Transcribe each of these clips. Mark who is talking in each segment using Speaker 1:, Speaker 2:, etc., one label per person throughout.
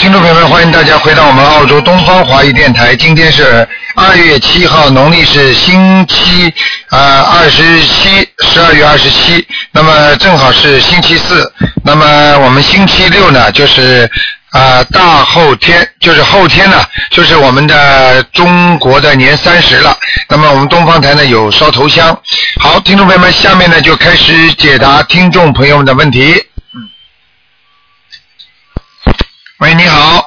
Speaker 1: 听众朋友们，欢迎大家回到我们澳洲东方华语电台。今天是二月七号，农历是星期呃二十七，十二月二十七。那么正好是星期四。那么我们星期六呢，就是啊、呃大后天，就是后天呢，就是我们的中国的年三十了。那么我们东方台呢有烧头香。好，听众朋友们，下面呢就开始解答听众朋友们的问题。喂，你好，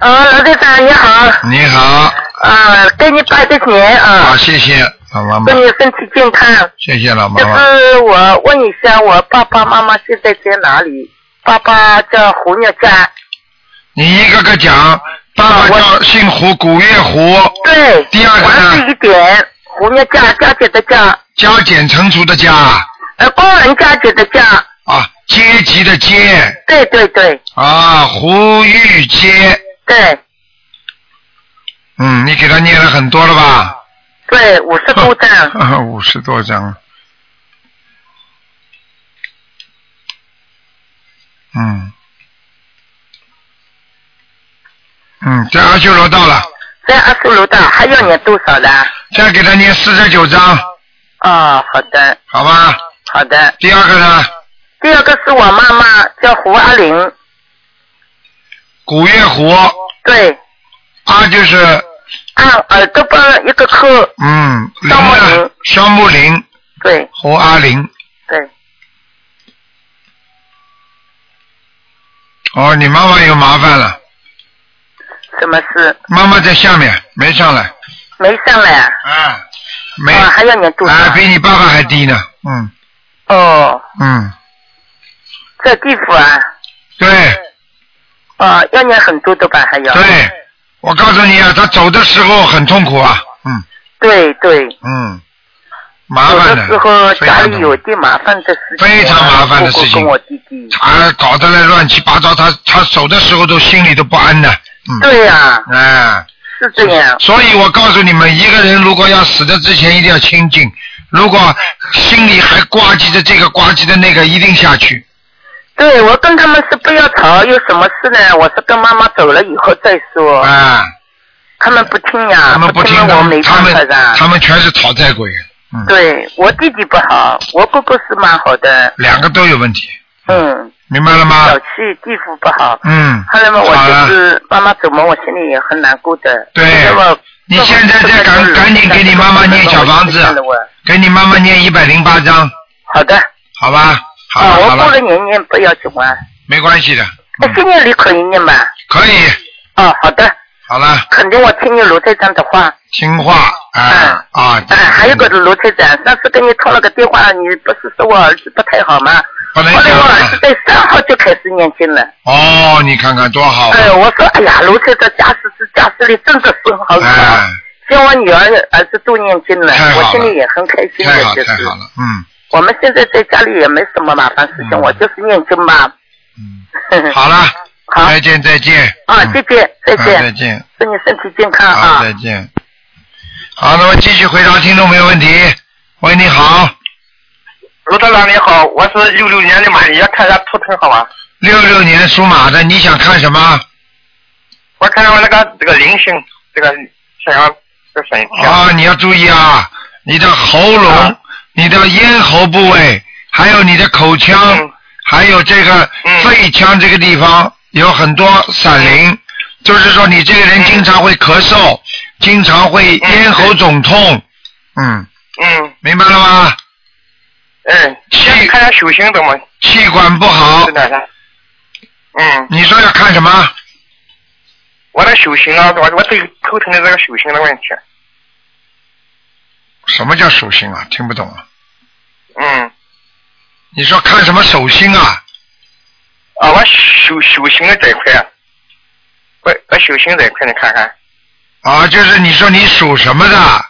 Speaker 2: 嗯，罗队长你好，
Speaker 1: 你好，
Speaker 2: 啊，给你拜个年
Speaker 1: 好，
Speaker 2: 啊，
Speaker 1: 谢谢老妈妈
Speaker 2: 祝，你身体健康。
Speaker 1: 谢谢老妈
Speaker 2: 就
Speaker 1: 妈。
Speaker 2: 是我问一下，我爸爸妈妈现在在哪里？爸爸叫胡鸟家，
Speaker 1: 你一个个讲，爸爸叫姓胡，古月胡，
Speaker 2: 对，
Speaker 1: 第二个呢
Speaker 2: 黄字一点，胡鸟家家姐的家，
Speaker 1: 加减乘除的加
Speaker 2: 呃，工人家姐的家，
Speaker 1: 啊，阶级的阶
Speaker 2: 对对对
Speaker 1: 啊，胡玉阶，
Speaker 2: 对
Speaker 1: 嗯，你给他念了很多了吧？
Speaker 2: 对，五十多张，
Speaker 1: 五十多张。嗯，嗯，在阿修罗道了，
Speaker 2: 在二十楼道，还要念多少的？
Speaker 1: 再给他念四十九章，
Speaker 2: 哦，好的
Speaker 1: 好吧？
Speaker 2: 好的。
Speaker 1: 第二个呢，
Speaker 2: 第二个是我妈妈叫胡阿玲，
Speaker 1: 古月胡，
Speaker 2: 对，
Speaker 1: 阿就是
Speaker 2: 按耳朵边一个扣，
Speaker 1: 嗯，林
Speaker 2: 肖木
Speaker 1: 呢
Speaker 2: 林，
Speaker 1: 肖木林
Speaker 2: 对
Speaker 1: 和阿林。
Speaker 2: 对，
Speaker 1: 哦，你妈妈有麻烦了，
Speaker 2: 什么事
Speaker 1: 妈妈在下面没上来，
Speaker 2: 没上来啊？
Speaker 1: 啊，没，
Speaker 2: 哦还要念多少？
Speaker 1: 啊，比你爸爸还低呢，嗯
Speaker 2: 哦，
Speaker 1: 嗯，
Speaker 2: 这地府啊，
Speaker 1: 对。
Speaker 2: 哦，要念很多的吧？还要
Speaker 1: 对，我告诉你啊，他走的时候很痛苦啊，嗯
Speaker 2: 对对，
Speaker 1: 嗯，麻
Speaker 2: 有
Speaker 1: 烦
Speaker 2: 的时候
Speaker 1: 的，非
Speaker 2: 家
Speaker 1: 常
Speaker 2: 里
Speaker 1: 痛
Speaker 2: 有
Speaker 1: 苦，
Speaker 2: 点麻烦的事情啊，
Speaker 1: 非常麻烦的事情嗯
Speaker 2: 我跟我弟弟。
Speaker 1: 他搞得来乱七八糟，他他走的时候都心里都不安的，嗯，
Speaker 2: 对呀，
Speaker 1: 哎，
Speaker 2: 是这样。
Speaker 1: 所以我告诉你们，一个人如果要死的之前一定要清净，如果心里还挂记着这个挂记着那个，一定下去，
Speaker 2: 对，我跟他们是不要吵，有什么事呢？我是跟妈妈走了以后再说。
Speaker 1: 啊，
Speaker 2: 他们不听呀，
Speaker 1: 他们不听
Speaker 2: 哦听
Speaker 1: 他
Speaker 2: 我没
Speaker 1: 们他
Speaker 2: 办法
Speaker 1: 们
Speaker 2: 的。
Speaker 1: 他们全是讨债鬼，嗯，
Speaker 2: 对我弟弟不好，我哥哥是蛮好的，
Speaker 1: 两个都有问题，
Speaker 2: 嗯，
Speaker 1: 明白了吗
Speaker 2: 小？气地府不好。
Speaker 1: 嗯，
Speaker 2: 后来嘛，我
Speaker 1: 好了
Speaker 2: 就是妈妈走嘛，我心里也很难过的。
Speaker 1: 对
Speaker 2: 那么
Speaker 1: 你现在再赶赶紧给你妈妈念小房子给你妈妈念一百零八章，
Speaker 2: 好的，
Speaker 1: 好吧？好
Speaker 2: 啊，
Speaker 1: 了嗯
Speaker 2: 我
Speaker 1: 好
Speaker 2: 过了
Speaker 1: 了，
Speaker 2: 年念不要紧啊，
Speaker 1: 没关系的，
Speaker 2: 那
Speaker 1: 嗯
Speaker 2: 新年里可以念吧？
Speaker 1: 可以，
Speaker 2: 哦，好的，
Speaker 1: 好了，
Speaker 2: 肯定我听你罗队长的话。
Speaker 1: 听话啊啊！
Speaker 2: 哎，还有个罗队长，上次跟你通了个电话，你不是说我儿子不太好吗？
Speaker 1: 不能
Speaker 2: 后来
Speaker 1: 讲
Speaker 2: 我儿
Speaker 1: 了
Speaker 2: 子在三号就开始念经了。
Speaker 1: 哦，你看看多好啊，
Speaker 2: 哎，我说，哎呀，卢队长家事之家事力啊真的是
Speaker 1: 哎
Speaker 2: 好好，，像我女儿儿子都念经了
Speaker 1: 太好，
Speaker 2: 我
Speaker 1: 了
Speaker 2: 心里也很开心
Speaker 1: 太
Speaker 2: 的，
Speaker 1: 好
Speaker 2: 就
Speaker 1: 太
Speaker 2: 是
Speaker 1: 好了，嗯
Speaker 2: 我们现在在家里也没什么麻烦事情，
Speaker 1: 嗯
Speaker 2: 我就是念经嘛。
Speaker 1: 嗯， 好了，
Speaker 2: 好
Speaker 1: 再见再见，
Speaker 2: 啊，谢谢，再
Speaker 1: 嗯啊再
Speaker 2: 见，
Speaker 1: 见，
Speaker 2: 祝你身体健康
Speaker 1: 好
Speaker 2: 啊！
Speaker 1: 再见。好，那么继续回答听众朋友问题。喂，你好，
Speaker 3: 罗队长你好，我是六六年的马，你要看一下图腾好吗？
Speaker 1: 六六年属马的，你想看什么？
Speaker 3: 我看看我那个这个灵性，这个想要这个神像。
Speaker 1: 啊，你要注意啊，你的喉咙、
Speaker 3: 啊
Speaker 1: 你的咽喉部位，还有你的口腔，
Speaker 3: 嗯
Speaker 1: 还有这个
Speaker 3: 嗯
Speaker 1: 肺腔这个地方有很多闪灵，就是说你这个人
Speaker 3: 嗯
Speaker 1: 经常会咳嗽，经常会
Speaker 3: 嗯
Speaker 1: 咽喉肿痛，嗯，
Speaker 3: 嗯
Speaker 1: 明白了吗？
Speaker 3: 嗯，
Speaker 1: 气
Speaker 3: 先看一下修行怎么
Speaker 1: 气管不好
Speaker 3: 是，哪啥？嗯，
Speaker 1: 你说要看什么？
Speaker 3: 我的修行啊，我我对头疼的这个修行的问题。
Speaker 1: 什么叫手心啊？听不懂啊？
Speaker 3: 嗯
Speaker 1: 你说看什么手心啊？
Speaker 3: 啊，我修修行的这一块，啊我我修行这一块你看看。
Speaker 1: 啊，就是你说你属什么的？
Speaker 3: 啊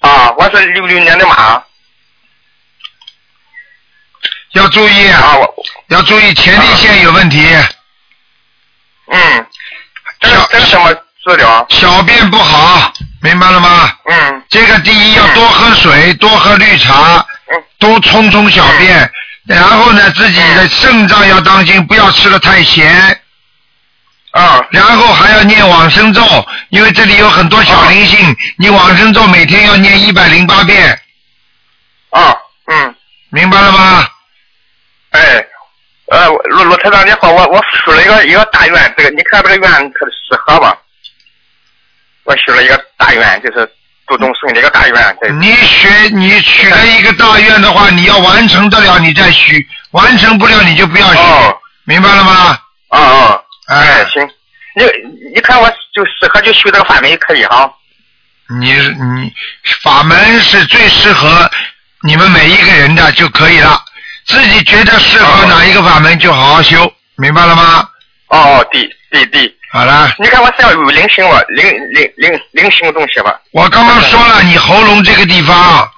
Speaker 3: 啊，我是六六年的马啊，
Speaker 1: 要注意，啊
Speaker 3: 我
Speaker 1: 要注意前列腺有问题。
Speaker 3: 嗯，这个这个怎
Speaker 1: 小
Speaker 3: 么治疗？
Speaker 1: 小便不好，明白了吗？
Speaker 3: 嗯
Speaker 2: 嗯
Speaker 1: 这个第一要多喝水，多喝绿茶，
Speaker 3: 嗯
Speaker 1: 多冲冲小便。然后呢，自己的肾脏要当
Speaker 2: 嗯
Speaker 1: 心，不要吃的太咸，
Speaker 2: 啊
Speaker 1: 然后还要念往生咒，因为这里有很多小灵
Speaker 2: 嗯
Speaker 1: 性，你往生咒每天要念一百零八遍，
Speaker 2: 啊，嗯，
Speaker 1: 明白了吗？
Speaker 2: 哎，呃，罗罗台长你好，我我许了一个一个大愿，这个你看这个愿它适合吗？我许了一个大愿，就是度众生的一个大愿，这
Speaker 1: 你许你许了一个大愿的话，你要完成得了，你再许；完成不了，你就不要许，
Speaker 2: 哦，
Speaker 1: 明白了吗？
Speaker 2: 啊啊，
Speaker 1: 哎
Speaker 2: 哎，，行，你你看我就适合就修这个法门可以哈？
Speaker 1: 你你法门是最适合你们每一个人的就可以了，自己觉得适合
Speaker 2: 哦
Speaker 1: 哪一个法门就好好修，明白了吗？
Speaker 2: 哦，哦对对对，
Speaker 1: 好了，
Speaker 2: 你看我身上有灵性吧，灵灵灵灵性的东西吧？
Speaker 1: 我刚刚说了，你喉咙这个地方，
Speaker 2: 啊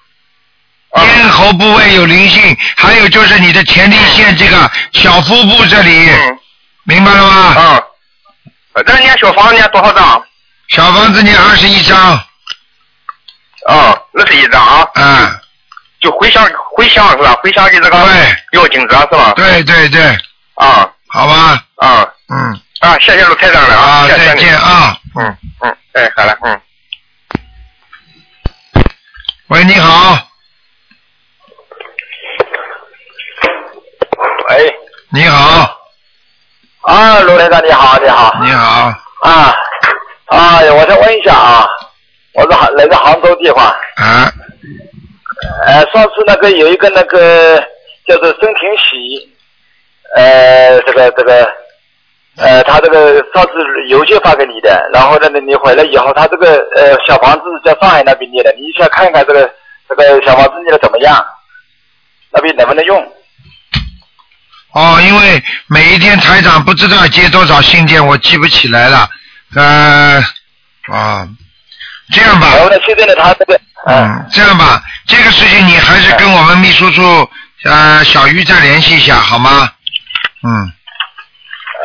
Speaker 1: 咽喉部位有灵性，还有就是你的前列腺这个小腹部这里，
Speaker 2: 嗯
Speaker 1: 明白了吗？
Speaker 2: 啊，那念小房念多少张？
Speaker 1: 小房子念二十一章，
Speaker 2: 啊，那是一张啊。
Speaker 1: 啊，
Speaker 2: 就回向回向是吧？回向给这个
Speaker 1: 对
Speaker 2: 要经者是吧？
Speaker 1: 对对对，
Speaker 2: 啊
Speaker 1: 好吧，
Speaker 2: 啊
Speaker 1: 嗯，
Speaker 2: 啊！谢谢卢台长了
Speaker 1: 啊，
Speaker 2: 谢谢
Speaker 1: 再
Speaker 2: 你
Speaker 1: 见啊，
Speaker 2: 嗯嗯，哎，好了，嗯，
Speaker 1: 喂，你好，
Speaker 4: 喂，
Speaker 1: 你好，
Speaker 4: 哎啊，卢台长你好，你好，
Speaker 1: 你好，
Speaker 4: 啊，啊，我想问一下啊，我是杭来自杭州地方，
Speaker 1: 啊，
Speaker 4: 呃，上次那个有一个那个叫做孙廷喜，呃，这个这个，呃，他这个上次邮件发给你的，然后呢，你回来以后，他这个呃小房子在上海那边念的，你想看看这个这个小房子念的怎么样，那边能不能用？
Speaker 1: 哦，因为每一天台长不知道接多少信件，我记不起来了，呃，啊，这样吧，
Speaker 4: 然后呢，现在呢，他这个，嗯，
Speaker 1: 嗯，这样吧，这个事情你还是跟我们秘书处呃小鱼再联系一下好吗？嗯，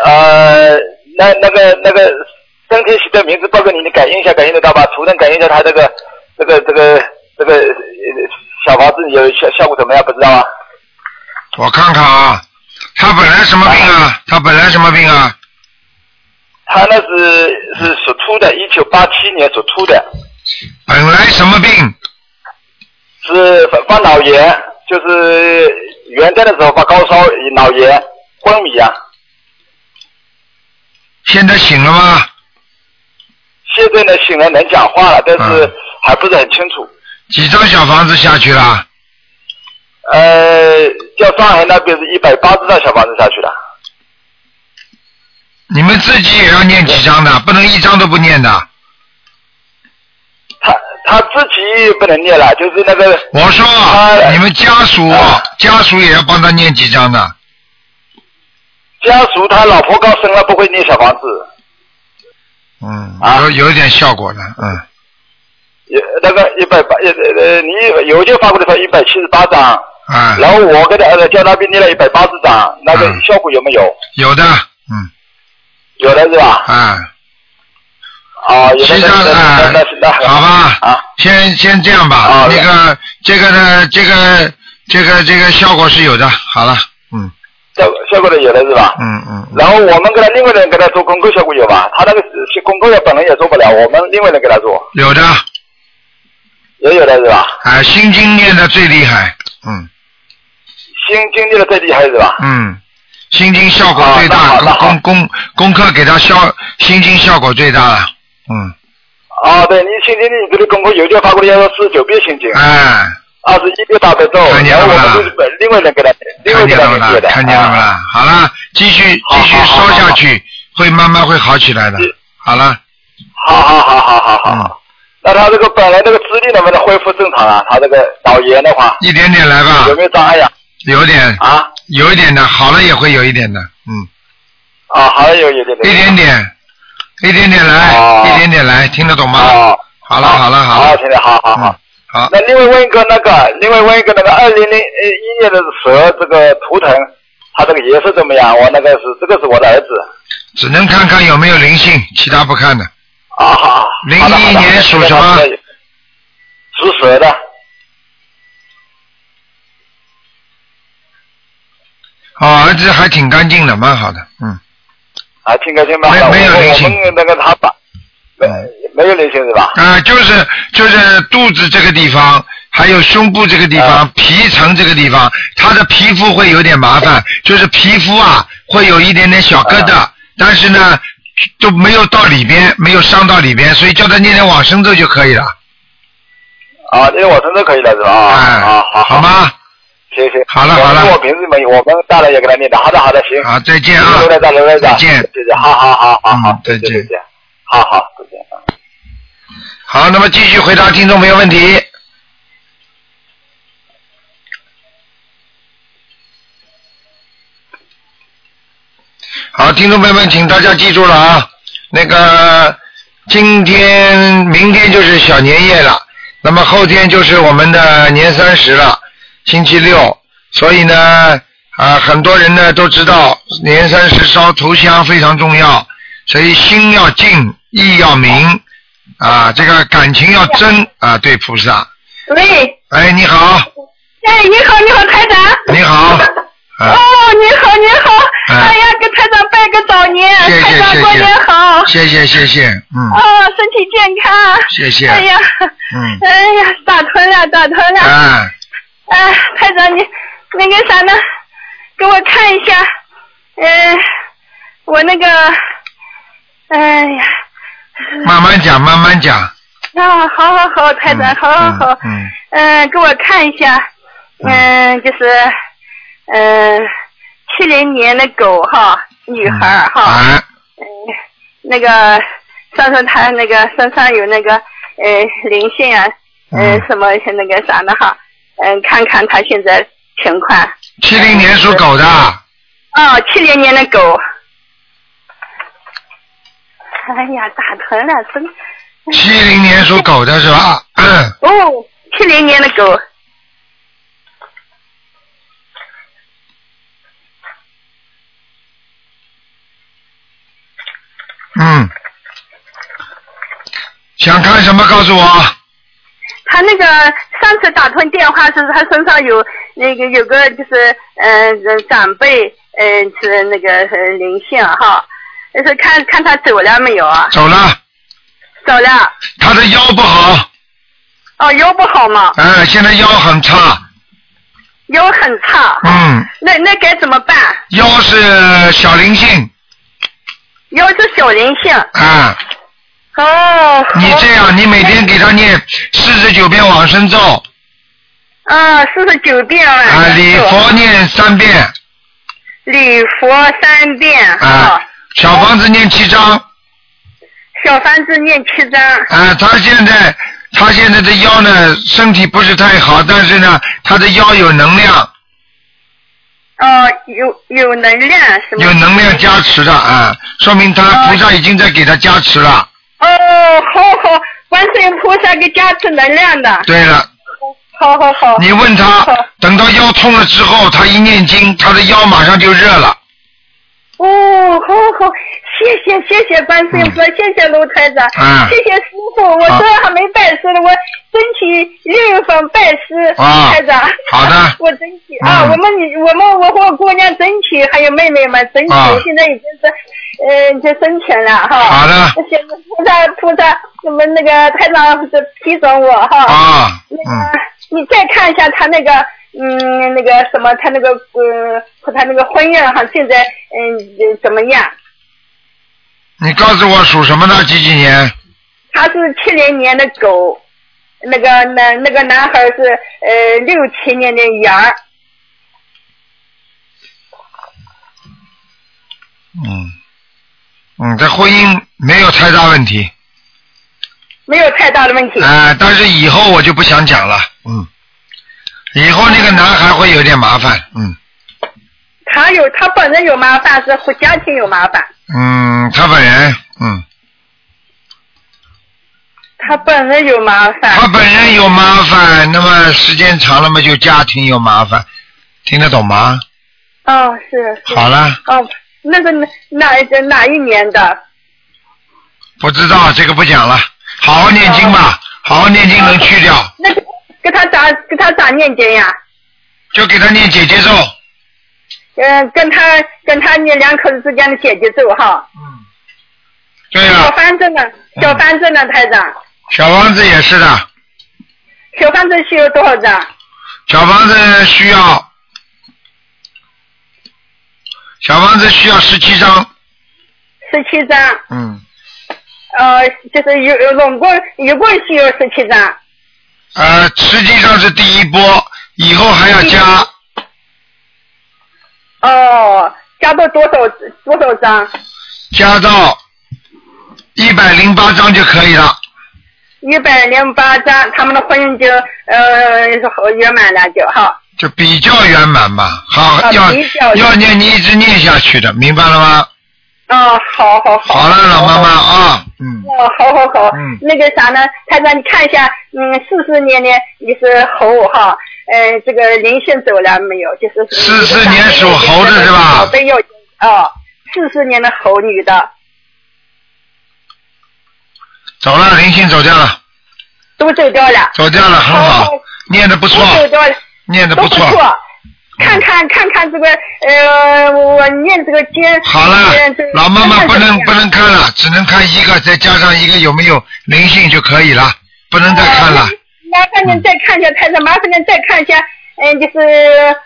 Speaker 4: 呃，那那个那个孙天喜的名字报给你，你感应一下，感应得到吧？图能感应一下他这个这个这个这个呃小房子有效效果怎么样？不知道啊。
Speaker 1: 我看看啊，他本来什么病啊？他本来什么病啊？
Speaker 4: 他那是是属兔的，一九八七年属兔的，
Speaker 1: 本来什么病？
Speaker 4: 是发发脑炎，就是元旦的时候发高烧、脑炎、昏迷啊。
Speaker 1: 现在醒了吗？
Speaker 4: 现在呢，醒了能讲话了，但是
Speaker 1: 嗯
Speaker 4: 还不是很清楚。
Speaker 1: 几张小房子下去了？
Speaker 4: 呃，叫上海那边是一百八十张小房子下去了。
Speaker 1: 你们自己也要念几张的，不能一张都不念的。
Speaker 4: 他他自己不能念了，就是那个
Speaker 1: 我说
Speaker 4: 他
Speaker 1: 你们家属、
Speaker 4: 啊
Speaker 1: 家属也要帮他念几张的。
Speaker 4: 家属他老婆刚生了，不会念小房子，
Speaker 1: 嗯，
Speaker 4: 啊
Speaker 1: 有有一点效果的，嗯。
Speaker 4: 也那个一百八呃呃，你邮件发过来说一百七十八张，
Speaker 1: 啊，
Speaker 4: 然后我给他呃叫那边念了一百八十张，那个
Speaker 1: 嗯
Speaker 4: 效果有没有？
Speaker 1: 有的，嗯，
Speaker 4: 有的是吧？
Speaker 1: 啊，
Speaker 4: 啊，有的
Speaker 1: 其
Speaker 4: 那
Speaker 1: 他的
Speaker 4: 那那那
Speaker 1: 啊，好吧，
Speaker 4: 啊，
Speaker 1: 先先这样吧，
Speaker 4: 啊
Speaker 1: 那个这个呢，这个这个这个效果是有的，好了，嗯
Speaker 4: 效效果的有的是吧？
Speaker 1: 嗯嗯，
Speaker 4: 然后我们给他另外人给他做功课效果有吧？他那个是功课也本人也做不了，我们另外人给他做，
Speaker 1: 有的，
Speaker 4: 也有的是吧？
Speaker 1: 啊，心经念的最厉害，嗯
Speaker 4: 新经历的最厉害是吧？
Speaker 1: 嗯，心经效果
Speaker 4: 啊
Speaker 1: 最
Speaker 4: 那
Speaker 1: 大，
Speaker 4: 好那好
Speaker 1: 功功功功课给他效，心经效果最大了，嗯，
Speaker 4: 哦，对，你星期你这个功课邮件发过来，要说四十九遍心经，
Speaker 1: 哎，
Speaker 4: 二十一遍大悲咒，
Speaker 1: 看见了
Speaker 4: 然后
Speaker 1: 吗
Speaker 4: 我们就是本另外人给他，另外
Speaker 1: 看
Speaker 4: 给
Speaker 1: 见
Speaker 4: 他
Speaker 1: 了
Speaker 4: 念
Speaker 1: 吗？
Speaker 4: 的，
Speaker 1: 看见了
Speaker 4: 啊？
Speaker 1: 吗？好了，继续
Speaker 4: 好
Speaker 1: 继续
Speaker 4: 好好
Speaker 1: 说下
Speaker 4: 好
Speaker 1: 去，会慢慢会好起来的
Speaker 4: 是，
Speaker 1: 好了，
Speaker 4: 好啊好好好好好
Speaker 1: 嗯
Speaker 4: 好。。那他这个本来这个资历能不能恢复正常啊？他这个脑炎的话
Speaker 1: 一点点来吧
Speaker 4: 有，没有障碍呀？
Speaker 1: 有点，
Speaker 4: 啊
Speaker 1: 有一点的，好了也会有一点的，嗯，
Speaker 4: 啊，好像有有点
Speaker 1: 一点点，一点点
Speaker 4: 哦
Speaker 1: 来，一点点来，听得懂吗？
Speaker 4: 哦，
Speaker 1: 好了，好了，好
Speaker 4: 好，
Speaker 1: 了，
Speaker 4: 现在好好好
Speaker 1: 嗯。，好，
Speaker 4: 那另外问一个那个，另外问一个那个二零零一年的蛇这个图腾，它这个颜色怎么样？我那个是这个是我的儿子。
Speaker 1: 只能看看有没有灵性，其他不看的。
Speaker 4: 啊，好。
Speaker 1: 01年属什么？
Speaker 4: 属蛇的。
Speaker 1: 啊，儿子还挺干净的，蛮好的，嗯，
Speaker 5: 啊，听个听吧，
Speaker 1: 没
Speaker 5: 我
Speaker 1: 没有灵性哎
Speaker 5: 我们那个他把没没有灵性是吧？
Speaker 1: 啊，就是就是肚子这个地方，还有胸部这个地方，
Speaker 5: 啊
Speaker 1: 皮层这个地方，他的皮肤会有点麻烦，就是皮肤啊会有一点点小疙瘩，
Speaker 5: 啊
Speaker 1: 但是呢就没有到里边，没有伤到里边，所以叫他念念往生咒就可以了，
Speaker 5: 啊，因为我真的可以了是吧？啊
Speaker 1: 哎，
Speaker 5: 啊，好
Speaker 1: 好？吗？
Speaker 5: 行行，
Speaker 1: 好了好了
Speaker 5: 因为我平时没有，我们大人也给他念的，好的好的，行，
Speaker 1: 好，再见啊
Speaker 5: 刘，台长，刘台长，
Speaker 1: 再见
Speaker 5: 谢谢，好好好好好
Speaker 1: 嗯，再见
Speaker 5: 谢谢，谢谢好好，再见。
Speaker 1: 好，那么继续回答听众朋友问题。好，听众朋友们，请大家记住了啊，那个今天、明天就是小年夜了，那么后天就是我们的年三十了，星期六，所以呢，啊，很多人呢都知道年三十烧头香非常重要，所以心要静，意要明，啊，这个感情要真啊，对菩萨。
Speaker 6: 喂，
Speaker 1: 哎，你好，
Speaker 6: 哎，你好，你好，台长。
Speaker 1: 你好，
Speaker 6: 哦
Speaker 1: 啊，，
Speaker 6: 你好，你好，
Speaker 1: 嗯
Speaker 6: 哎呀，给台长拜个早年，
Speaker 1: 谢谢
Speaker 6: 台长过
Speaker 1: 谢谢
Speaker 6: 年好，
Speaker 1: 谢谢谢谢，嗯，
Speaker 6: 哦，身体健康，
Speaker 1: 谢谢，
Speaker 6: 哎呀，
Speaker 1: 嗯，
Speaker 6: 哎呀，打通了，打通了，
Speaker 1: 哎，
Speaker 6: 哎，台长你那个啥呢，给我看一下，嗯、我那个，哎呀，
Speaker 1: 慢慢讲，慢慢讲，
Speaker 6: 啊，好好好，台长，
Speaker 1: 嗯
Speaker 6: 好好好，
Speaker 1: 嗯
Speaker 6: 嗯，给我看一下，嗯，就是，嗯，七零年的狗哈，女孩儿哈，
Speaker 1: 哎，
Speaker 6: 嗯，那个上说她那个身上有那个呃灵性啊，呃
Speaker 1: 嗯
Speaker 6: 什么那个啥的哈，嗯，看看她现在情况。
Speaker 1: 七零年属狗的，
Speaker 6: 哦，七零年的狗。哎呀，打疼了，真
Speaker 1: 七零年属狗的是吧？嗯
Speaker 6: 哦，七零年的狗。
Speaker 1: 嗯，想看什么告诉我？
Speaker 6: 他那个上次打通电话是他身上有那个有个就是嗯、呃、长辈嗯、呃、是那个呃灵性哈，就是看看他走了没有啊？
Speaker 1: 走了，
Speaker 6: 走了。
Speaker 1: 他的腰不好，
Speaker 6: 哦，腰不好嘛，
Speaker 1: 哎，现在腰很差，
Speaker 6: 腰很差，
Speaker 1: 嗯，
Speaker 6: 那那该怎么办？
Speaker 1: 腰是小灵性，
Speaker 6: 腰是小灵性。
Speaker 1: 啊，
Speaker 6: 哦。
Speaker 1: 你这样，你每天给他念四十九遍往生咒，
Speaker 6: 啊，四十九遍了。
Speaker 1: 啊，礼佛念三遍，
Speaker 6: 礼佛三遍。
Speaker 1: 啊
Speaker 6: 哦，
Speaker 1: 小房子念七章，
Speaker 6: 小房子念七章。
Speaker 1: 啊，他现在他现在的腰呢，身体不是太好，但是呢，他的腰有能量，
Speaker 6: 哦，有有能量是吗？
Speaker 1: 有能量加持的啊，说明他菩萨已经在给他加持了。
Speaker 6: 哦，好好，观世音菩萨给加持能量的。
Speaker 1: 对了，
Speaker 6: 好好好。
Speaker 1: 你问他，等到腰痛了之后，他一念经，他的腰马上就热了。
Speaker 6: 哦，好好，谢谢谢谢观世音菩萨，谢谢卢台长，
Speaker 1: 嗯
Speaker 6: 谢谢师傅，我
Speaker 1: 好
Speaker 6: 这还没拜师呢，我争取六月份拜师，
Speaker 1: 啊
Speaker 6: 台长。
Speaker 1: 好的
Speaker 6: 我争取啊，
Speaker 1: 嗯
Speaker 6: 我们女我们我和我姑娘争取，还有妹妹们争取，
Speaker 1: 啊
Speaker 6: 现在已经是。嗯，就申请了哈。
Speaker 1: 好的
Speaker 6: 谢谢菩萨，菩萨，我们那个台长就批准我哈。
Speaker 1: 啊，
Speaker 6: 那
Speaker 1: 嗯，
Speaker 6: 个，你再看一下他那个，嗯，那个什么，他那个，嗯，和他那个婚姻哈，现在，嗯，呃怎么样？
Speaker 1: 你告诉我属什么的？几几年？
Speaker 6: 他是七零年的狗，那个男那个男孩是呃六七年的羊儿，
Speaker 1: 嗯，嗯，这婚姻没有太大问题。
Speaker 6: 没有太大的问题。
Speaker 1: 啊、但是以后我就不想讲了，嗯，以后那个男孩会有点麻烦，嗯
Speaker 6: 他有他本人有麻烦，是和家庭有麻烦。
Speaker 1: 嗯，他本人，嗯，
Speaker 6: 他本人有麻烦。
Speaker 1: 他本人有麻烦，那么时间长了嘛，就家庭有麻烦，听得懂吗？
Speaker 6: 哦，是是。
Speaker 1: 好了，
Speaker 6: 哦，那是哪哪哪一年的？
Speaker 1: 不知道这个不讲了，好好念经吧，好好念经能去掉，
Speaker 6: 那个给他咋给他咋念经呀？
Speaker 1: 就给他念姐姐咒，
Speaker 6: 嗯，跟他跟他那两口子之间的姐姐咒哈。
Speaker 1: 嗯，对
Speaker 6: 小
Speaker 1: 了，
Speaker 6: 方子呢？小方子呢，台长？
Speaker 1: 小房子也是的，
Speaker 6: 小方子需要多少张？
Speaker 1: 小房子需要，小房子需要十七张，
Speaker 6: 十七张，
Speaker 1: 嗯，
Speaker 6: 呃，就是有有总共一共需要十七张。
Speaker 1: 呃，实际上是第一波，以后还要加，
Speaker 6: 哦，加到多少多少张？
Speaker 1: 加到一百零八张就可以了。
Speaker 6: 一百零八张，他们的婚姻就呃圆满了就哈。
Speaker 1: 就比较圆满嘛，好，
Speaker 6: 啊
Speaker 1: 要
Speaker 6: 比较圆满
Speaker 1: 要念你一直念下去的，明白了吗？
Speaker 6: 哦，好好好。
Speaker 1: 好了，老妈妈啊，嗯，
Speaker 6: 哦，好好好，
Speaker 1: 嗯
Speaker 6: 那个啥呢，台长，你看一下，嗯，四四年年你是猴哈，呃，这个灵性走了没有？就是
Speaker 1: 44年属猴的是吧
Speaker 6: 宝贝要哦，四四年的猴女的，
Speaker 1: 走了，灵性走掉了，
Speaker 6: 都走掉了，
Speaker 1: 走掉了，很
Speaker 6: 好
Speaker 1: 好
Speaker 6: 好，
Speaker 1: 念的不
Speaker 6: 都
Speaker 1: 错，
Speaker 6: 走掉了，
Speaker 1: 念的
Speaker 6: 都
Speaker 1: 不错，
Speaker 6: 看看看看这个呃，我念这个经，
Speaker 1: 好了
Speaker 6: 嗯这，
Speaker 1: 老妈妈不能不能
Speaker 6: 看看怎么样
Speaker 1: 看了，只能看一个，再加上一个有没有灵性就可以了，不能再看了
Speaker 6: 呃。麻烦您再看一下，台长，麻烦您再看一下，嗯，就是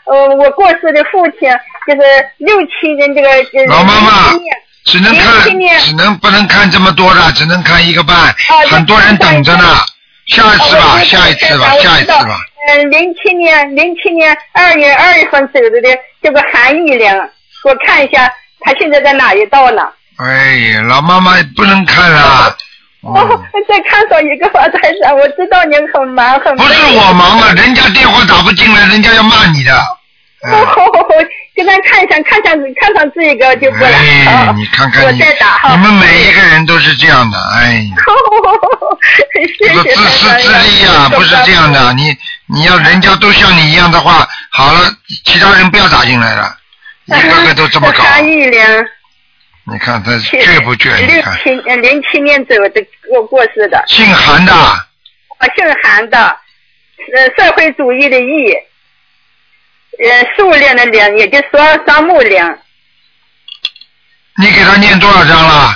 Speaker 6: 呃，我过世的父亲，就是六七年这个。呃
Speaker 1: 老妈妈
Speaker 6: 07年
Speaker 1: 只能
Speaker 6: 谢谢你
Speaker 1: 看，只能不能看这么多了，只能看一个半，
Speaker 6: 那
Speaker 1: 很多人等着呢。下一次吧，
Speaker 6: 哦
Speaker 1: 下一次吧，下一次。
Speaker 6: 我知道
Speaker 1: 吧。
Speaker 6: 嗯，零七年，零七年二月二月份走的的，叫做韩玉玲，我看一下，她现在在哪一道呢？
Speaker 1: 哎呀，老妈妈不能看了。
Speaker 6: 哦
Speaker 1: 嗯，
Speaker 6: 再看到一个吧，台长，我知道您很忙，很
Speaker 1: 不
Speaker 6: 忙
Speaker 1: 是我忙啊，人家电话打不进来，人家要骂你的。
Speaker 6: 哦，
Speaker 1: 嗯
Speaker 6: 好好好，给咱看一下，看上看上这一个就过来。
Speaker 1: 哎
Speaker 6: 好，
Speaker 1: 你看看你，
Speaker 6: 我再打哈。
Speaker 1: 你们每一个人都是这样的，哎，
Speaker 6: 哦，谢
Speaker 1: 这
Speaker 6: 谢
Speaker 1: 个自私自利呀、不是这样。的。你你要人家都像你一样的话，好了，其他人不要打进来了，一个个都这 么搞。
Speaker 6: 韩玉玲，
Speaker 1: 你看他 倔不倔？你
Speaker 6: 六
Speaker 1: 看，
Speaker 6: 七呃零七年走的过过世的，
Speaker 1: 姓韩的，
Speaker 6: 我姓韩的，呃，社会主义的义，呃，数量的量，也就是说双木量。
Speaker 1: 你给他念多少章了？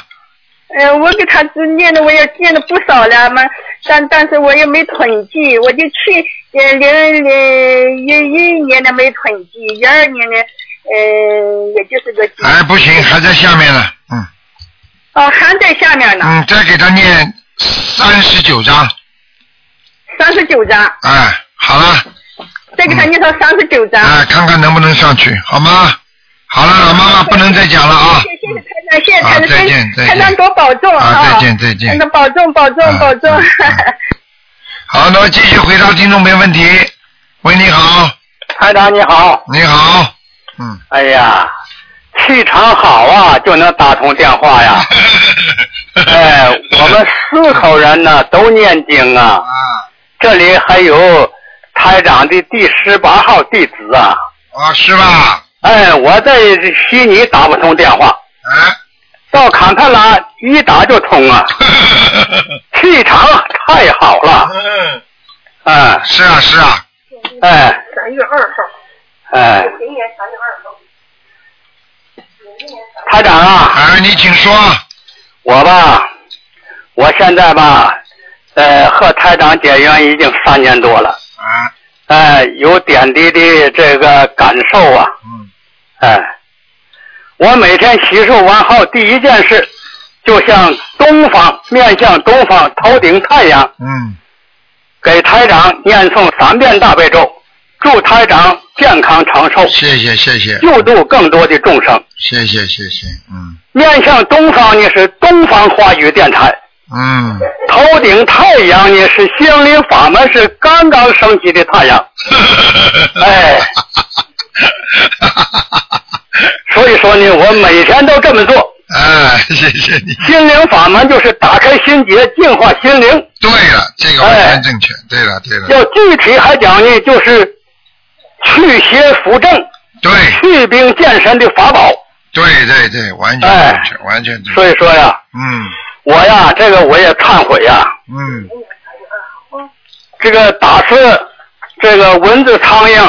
Speaker 6: 呃，我给他念的，我也念了不少了嘛，但但是我也没统计，我就去呃零零一一年的没统计，一二年的，呃，也就是个几
Speaker 1: 哎，不行，还在下面呢。嗯
Speaker 6: 哦，还在下面呢，
Speaker 1: 嗯，再给他念三十九章。
Speaker 6: 三十九章，
Speaker 1: 哎，好了，
Speaker 6: 再给他
Speaker 1: 嗯
Speaker 6: 念到三十九章。
Speaker 1: 哎，看看能不能上去，好吗？好了，老妈妈不能再讲了啊
Speaker 6: 谢。谢谢谢台长，谢谢
Speaker 1: 好
Speaker 6: 台长，
Speaker 1: 再见再见
Speaker 6: 台长多保重
Speaker 1: 啊再见再见
Speaker 6: 那保重保重
Speaker 1: 啊
Speaker 6: 保重。
Speaker 1: 嗯嗯好，那么继续回答听众没问题。喂，你好，
Speaker 4: 台长你好，
Speaker 1: 你好，嗯，
Speaker 4: 哎呀，气场好啊，就能打通电话呀。哎，我们四口人呢都念经啊，
Speaker 1: 啊，
Speaker 4: 这里还有台长的第十八号弟子啊。
Speaker 1: 啊，是吧？
Speaker 4: 哎，我在悉尼打不通电话，
Speaker 1: 哎，
Speaker 4: 到坎特拉一打就通啊，气场太好了，
Speaker 1: 嗯，
Speaker 4: 哎
Speaker 1: 是啊，是啊，
Speaker 4: 哎
Speaker 7: 三月二号，
Speaker 4: 哎，
Speaker 7: 明年三月二号。
Speaker 4: 台长啊，
Speaker 1: 哎，你请说，
Speaker 4: 我吧，我现在吧，呃，和台长结缘已经三年多了，
Speaker 1: 啊，
Speaker 4: 哎，有点滴的这个感受啊，
Speaker 1: 嗯，
Speaker 4: 哎，我每天洗漱完后第一件事，就向东方面向东方头顶太阳。
Speaker 1: 嗯，
Speaker 4: 给台长念诵三遍大悲咒，祝台长健康长寿，
Speaker 1: 谢谢，谢谢，
Speaker 4: 救度更多的众生。
Speaker 1: 谢谢，谢谢，嗯，
Speaker 4: 面向东方呢是东方话语电台，
Speaker 1: 嗯，
Speaker 4: 头顶太阳呢是心灵法门是刚刚升起的太阳，哎，所以说呢，我每天都这么做。
Speaker 1: 哎，谢谢你。
Speaker 4: 心灵法门就是打开心结，净化心灵。
Speaker 1: 对了，这个完全正确。对了，对了，
Speaker 4: 要具体还讲呢，就是去邪扶正、
Speaker 1: 对
Speaker 4: 去兵健身的法宝。
Speaker 1: 对对对，完全正确，完全正确。
Speaker 4: 所以说呀，
Speaker 1: 嗯
Speaker 4: 我呀，这个我也忏悔呀。
Speaker 1: 嗯，
Speaker 4: 这个打死这个蚊子、苍蝇、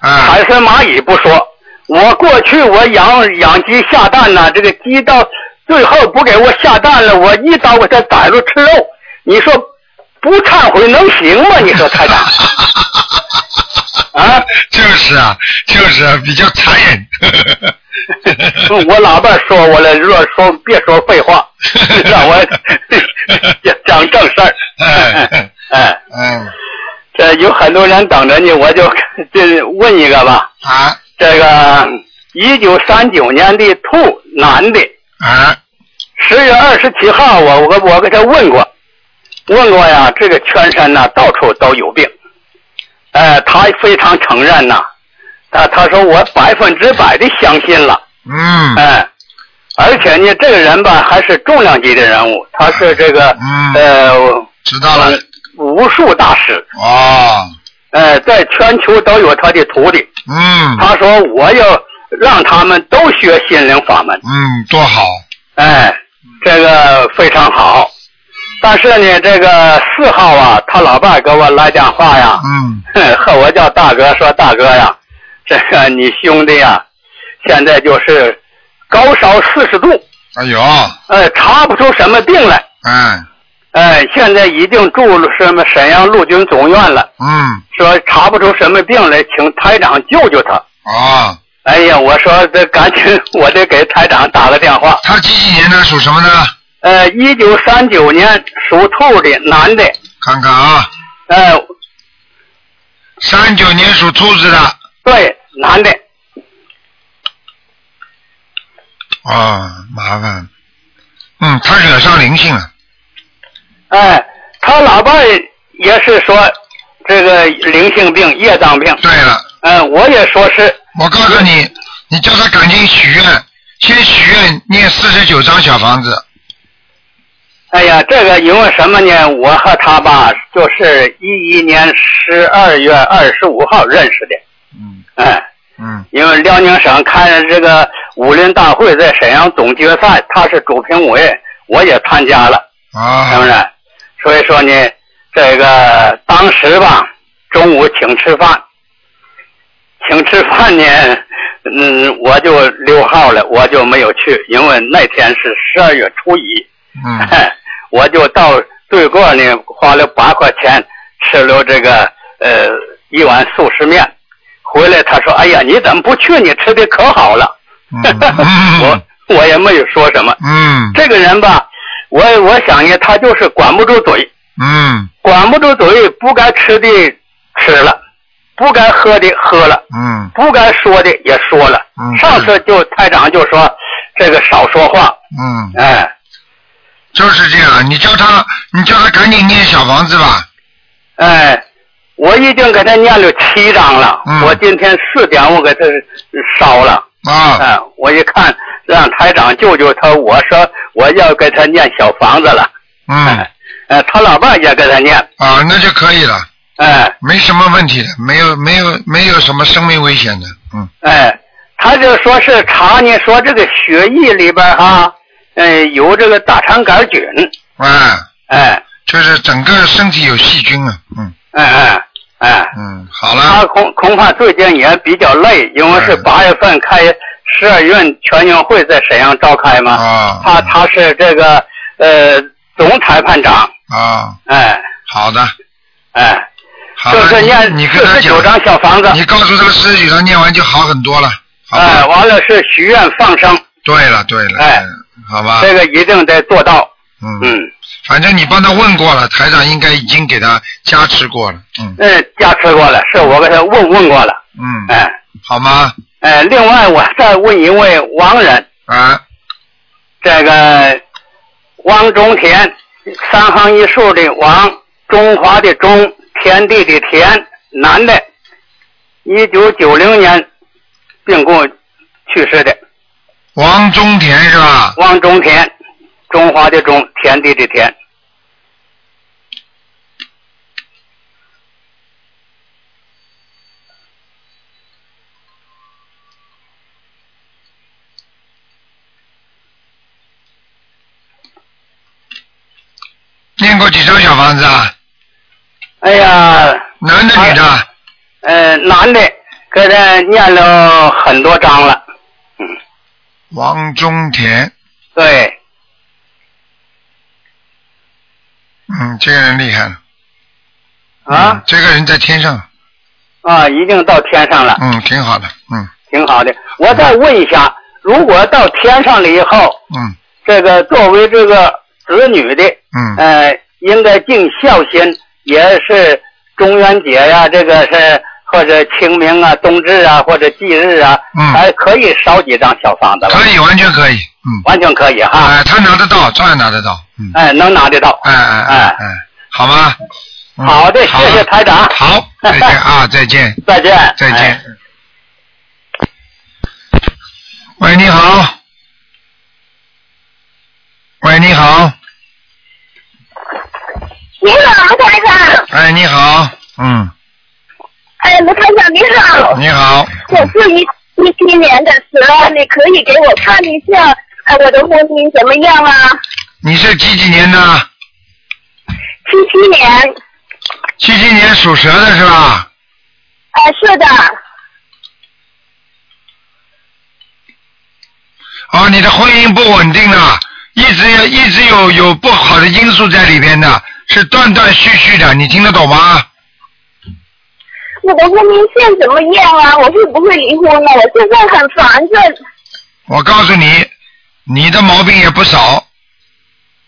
Speaker 1: 啊
Speaker 4: 海参、蚂蚁不说，我过去我养养鸡下蛋呐、这个鸡到最后不给我下蛋了，我一刀给它宰了吃肉。你说不忏悔能行吗？你说 台长？啊，
Speaker 1: 就是啊，就是啊，比较残忍。
Speaker 4: 嗯我老伴 说我了，若说别说废话，让我讲讲正事儿。
Speaker 1: 哎
Speaker 4: 哎，
Speaker 1: 嗯
Speaker 4: 这有很多人等着你，我就这问一个吧。
Speaker 1: 啊
Speaker 4: 这个一九三九年的兔男的，
Speaker 1: 啊
Speaker 4: 十月二十七号我我我给他问过，问过呀，这个全身呐、到处都有病，呃，他非常承认呐、他他说我百分之百的相信了，
Speaker 1: 嗯
Speaker 4: 哎、而且呢，这个人吧还是重量级的人物，他是这个、
Speaker 1: 嗯
Speaker 4: 呃
Speaker 1: 知道了
Speaker 4: 武术大师，
Speaker 1: 哦
Speaker 4: 呃，在全球都有他的徒弟，
Speaker 1: 嗯
Speaker 4: 他说我要让他们都学心灵法门，
Speaker 1: 嗯多好
Speaker 4: 哎，这个非常好。但是呢，这个四号啊，他老伴儿给我来电话呀，
Speaker 1: 嗯
Speaker 4: 哼和我叫大哥说大哥呀，这个你兄弟呀，现在就是高烧四十度，
Speaker 1: 哎呦
Speaker 4: 呃，查不出什么病来，
Speaker 1: 嗯
Speaker 4: 哎，现在已经住了什么沈阳陆军总院了，
Speaker 1: 嗯
Speaker 4: 说查不出什么病来，请台长救救他。
Speaker 1: 哦，
Speaker 4: 哎呀，我说这赶紧， 我得给台长打个电话。
Speaker 1: 他几几年的属什么呢？
Speaker 4: 呃，一九三九年属兔的男的，
Speaker 1: 看看啊，
Speaker 4: 呃，
Speaker 1: 三九年属兔子的
Speaker 4: 对，男的，
Speaker 1: 哦，麻烦。嗯，他惹上灵性了。
Speaker 4: 哎、他老伴儿也是说这个灵性病、业障病，
Speaker 1: 对了，
Speaker 4: 嗯、我也说是，
Speaker 1: 我告诉你，你叫他赶紧许愿，先许愿念四十九张小房子。
Speaker 4: 哎呀，这个因为什么呢？我和他吧，就是一一年十二月二十五号认识的，
Speaker 1: 嗯
Speaker 4: 哎、
Speaker 1: 嗯
Speaker 4: 因为辽宁省看着这个武林大会在沈阳总决赛，他是主评委，我也参加了。是不
Speaker 1: 啊
Speaker 4: 是？所以说呢，这个当时吧，中午请吃饭，请吃饭呢，嗯，我就溜号了，我就没有去，因为那天是十二月初一，
Speaker 1: 嗯
Speaker 4: 我就到对过呢，花了八块钱吃了这个呃一碗素食面，回来他说：“哎呀，你怎么不去？你吃的可好了。
Speaker 1: 嗯
Speaker 4: 我
Speaker 1: 嗯
Speaker 4: 我也没有说什么。
Speaker 1: 嗯
Speaker 4: 这个人吧，我我想呢，他就是管不住嘴，
Speaker 1: 嗯
Speaker 4: 管不住嘴，不该吃的吃了，不该喝的喝了，
Speaker 1: 嗯
Speaker 4: 不该说的也说了。
Speaker 1: 嗯
Speaker 4: 上次就台长就说这个少说话，
Speaker 1: 嗯，
Speaker 4: 哎
Speaker 1: 就是这样。你叫他，你叫他赶紧念小房子吧。
Speaker 4: 哎，我已经给他念了七章了，
Speaker 1: 嗯
Speaker 4: 我今天四点我给他烧了，
Speaker 1: 啊，
Speaker 4: 哎，我一看让台长救救他，我说我要给他念小房子了，
Speaker 1: 嗯
Speaker 4: 哎，哎他老伴儿也给他念，
Speaker 1: 啊，那就可以了，
Speaker 4: 哎。
Speaker 1: 没什么问题的，没有没有没有什么生命危险的。嗯
Speaker 4: 哎，他就说是查呢，说这个血液里边哈、嗯、有这个大肠杆菌，
Speaker 1: 啊，
Speaker 4: 哎
Speaker 1: 就是整个身体有细菌啊。嗯
Speaker 4: 哎哎哎，
Speaker 1: 嗯，好
Speaker 4: 他
Speaker 1: 了。
Speaker 4: 恐恐怕最近也比较累，因为是
Speaker 1: 嗯
Speaker 4: 八月份开十二院全运会在沈阳召开嘛，
Speaker 1: 啊
Speaker 4: 他他是这个呃总裁判长，
Speaker 1: 啊，
Speaker 4: 哎
Speaker 1: 好的。
Speaker 4: 哎，
Speaker 1: 好
Speaker 4: 就
Speaker 1: 了，
Speaker 4: 是念
Speaker 1: 你你跟
Speaker 4: 四
Speaker 1: 他
Speaker 4: 十九
Speaker 1: 讲，
Speaker 4: 张小房子，
Speaker 1: 你告诉他四十九章念完就好很多了，好吧？啊
Speaker 4: 哎，完了是许愿放生，
Speaker 1: 对了对了，
Speaker 4: 哎
Speaker 1: 嗯好吧，
Speaker 4: 这个一定得做到，
Speaker 1: 嗯
Speaker 4: 嗯。
Speaker 1: 反正你帮他问过了，台长应该已经给他加持过了，嗯
Speaker 4: 嗯，加持过了，是我给他问问过了，
Speaker 1: 嗯，
Speaker 4: 哎
Speaker 1: 好吗？
Speaker 4: 哎，另外我再问一位亡人，
Speaker 1: 啊，
Speaker 4: 这个汪中田，三行一竖的王，中华的中，田地的田，男的，一九九零年病故去世的
Speaker 1: 王中田是吧？
Speaker 4: 汪中田，中华的中，田地的田，
Speaker 1: 念过几张小房子啊？
Speaker 4: 哎呀，
Speaker 1: 男的
Speaker 4: 哎
Speaker 1: 女的？啊
Speaker 4: 呃，男的，给他念了很多章了。嗯，
Speaker 1: 王中田，
Speaker 4: 对，
Speaker 1: 嗯，这个人厉害了。嗯
Speaker 4: 啊、
Speaker 1: 这个人在天上，
Speaker 4: 啊，已经到天上了，
Speaker 1: 嗯，挺好的，嗯
Speaker 4: 挺好的。我再问一下，如果到天上了以后，
Speaker 1: 嗯
Speaker 4: 这个作为这个子女的，
Speaker 1: 嗯
Speaker 4: 呃，应该尽孝心，也是中元节呀、这个是或者清明啊、冬至啊，或者忌日啊，
Speaker 1: 嗯
Speaker 4: 还可以烧几张小房子吧？
Speaker 1: 可以，完全可以，嗯，
Speaker 4: 完全可以哈，
Speaker 1: 哎，他拿得到，照样拿得到，嗯，
Speaker 4: 哎，能拿得到。
Speaker 1: 哎哎哎哎，好吗？嗯
Speaker 4: 好的，谢谢台长，
Speaker 1: 好，再 见啊，再见，
Speaker 4: 再见，
Speaker 1: 再
Speaker 4: 哎
Speaker 1: 见。喂，你好。喂，你好。
Speaker 6: 你好，卢台长。
Speaker 1: 哎，你好。嗯，
Speaker 6: 哎，卢台长你好，
Speaker 1: 你好。
Speaker 6: 我是一一七年的蛇，你可以给我看一下，哎，我的婚姻怎么样啊？
Speaker 1: 你是几几年的？
Speaker 6: 七七年，呃
Speaker 1: 七七年属蛇的是吧？
Speaker 6: 哎，是的，
Speaker 1: 哦，你的婚姻不稳定的，一直有一直有有不好的因素在里边的，是断断续续的，你听得懂吗？
Speaker 6: 我的婚姻线怎么样啊？我会不会离婚呢？我现在很烦这，
Speaker 1: 我告诉你，你的毛病也不少，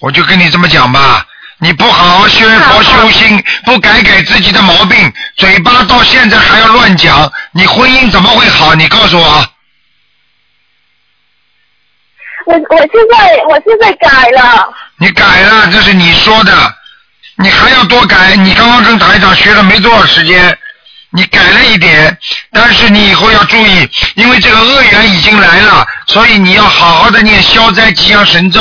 Speaker 1: 我就跟你这么讲吧。你不好好学佛修心，不改改自己的毛病，嘴巴到现在还要乱讲，你婚姻怎么会好？你告诉我，
Speaker 6: 我我现在我现在改了，
Speaker 1: 你改了，这是你说的，你还要多改。你刚刚跟台长学了没多少时间，你改了一点，但是你以后要注意，因为这个恶缘已经来了，所以你要好好的念消灾吉祥神咒。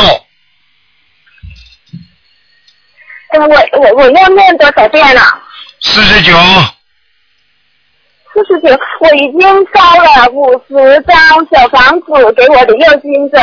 Speaker 6: 哎我我我要念多少遍啊？
Speaker 1: 四十九，
Speaker 6: 四十九，我已经烧了五十张小房子给我的右心者，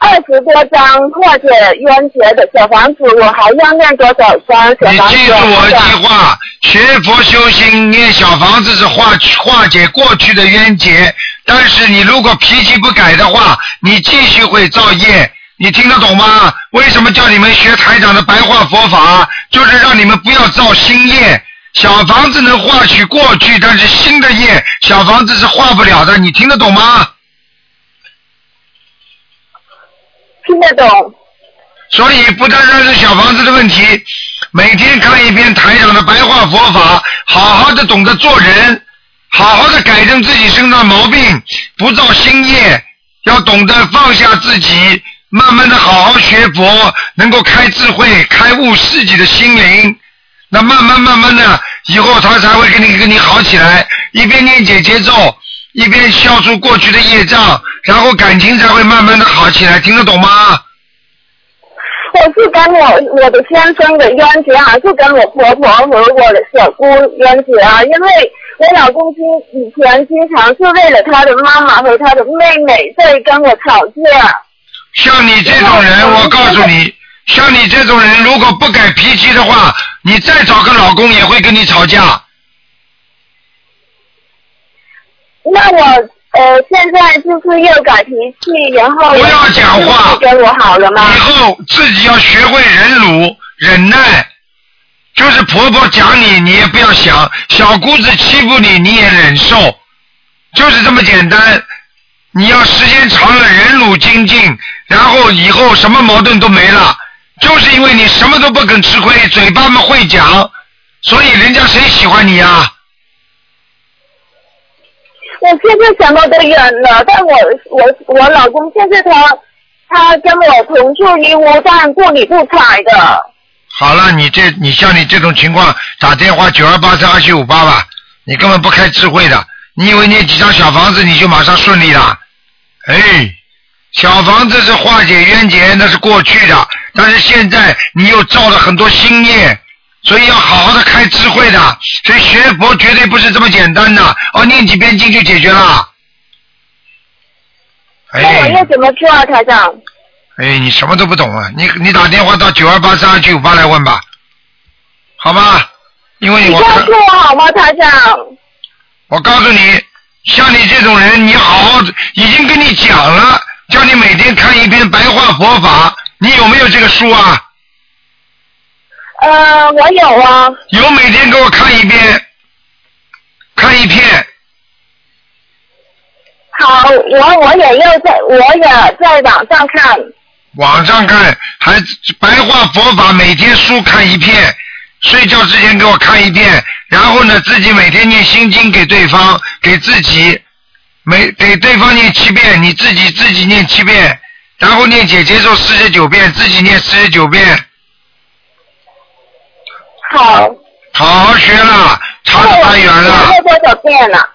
Speaker 6: 二十多张或者冤结的小房子，我还要念多少张小
Speaker 1: 你
Speaker 6: 房子？
Speaker 1: 记住我一句话：学佛修心，念小房子是化化解过去的冤结。但是你如果脾气不改的话，你继续会造业。你听得懂吗？为什么叫你们学台长的白话佛法？就是让你们不要造新业。小房子能化去过去，但是新的业，小房子是化不了的。你听得懂吗？
Speaker 6: 听得懂？
Speaker 1: 所以不单单是小房子的问题，每天看一遍台长的白话佛法，好好的懂得做人，好好的改正自己身上的毛病，不造新业，要懂得放下自己，慢慢的好好学佛，能够开智慧，开悟自己的心灵。那慢慢慢慢的，以后他才会跟你跟你好起来，一边念姐姐咒，一边消除过去的业障，然后感情才会慢慢的好起来，听得懂吗？
Speaker 6: 我是跟我我的先生的冤结，还是跟我婆婆和我的小姑冤结啊？因为我老公经以前经常是为了他的妈妈和他的妹妹在跟我吵架。
Speaker 1: 像你这种人，我告诉你，像你这种人，如果不改脾气的话，你再找个老公也会跟你吵架。
Speaker 6: 那我呃现在就是又改脾气，然后
Speaker 1: 不要讲话
Speaker 6: 就是跟我好了吗？
Speaker 1: 以后自己要学会忍辱、忍耐，就是婆婆讲你，你也不要想；小姑子欺负你，你也忍受，就是这么简单。你要时间长了忍辱精进，然后以后什么矛盾都没了，就是因为你什么都不肯吃亏，嘴巴嘛会讲，所以人家谁喜欢你呀、啊
Speaker 6: 我现在什么都忍了，但我我我老公现在他他跟我同住一屋，但不理不睬的。
Speaker 1: 好了，你这你像你这种情况，打电话九二八三二七五八吧，你根本不开智慧的。你以为念几张小房子你就马上顺利了？哎，小房子是化解冤结，那是过去的，但是现在你又造了很多新业，所以要好好的开智慧的。所以学佛绝对不是这么简单的，哦，念几遍经就解决了。哎，
Speaker 6: 那我要怎么做啊，台长？
Speaker 1: 哎，你什么都不懂啊！你你打电话到九二八三二九五八来问吧，好吧？因为
Speaker 6: 你
Speaker 1: 哎我
Speaker 6: 告
Speaker 1: 看
Speaker 6: 诉我好吗，台长？
Speaker 1: 我告诉你，像你这种人，你好好已经跟你讲了，叫你每天看一篇白话佛法，你有没有这个书啊？
Speaker 8: 呃，我有啊，
Speaker 1: 有，每天给我看一遍，看一篇。
Speaker 8: 好，我我也要在，我也在网上看。
Speaker 1: 网上看，还白话佛法，每天书看一遍，睡觉之前给我看一遍，然后呢，自己每天念心经给对方，给自己，每给对方念七遍，你自己自己念七遍，然后念姐姐咒四十九遍，自己念四十九遍，
Speaker 8: 好，
Speaker 1: 好好学了，查得
Speaker 8: 我
Speaker 1: 蛮远了。
Speaker 8: 念多少遍了？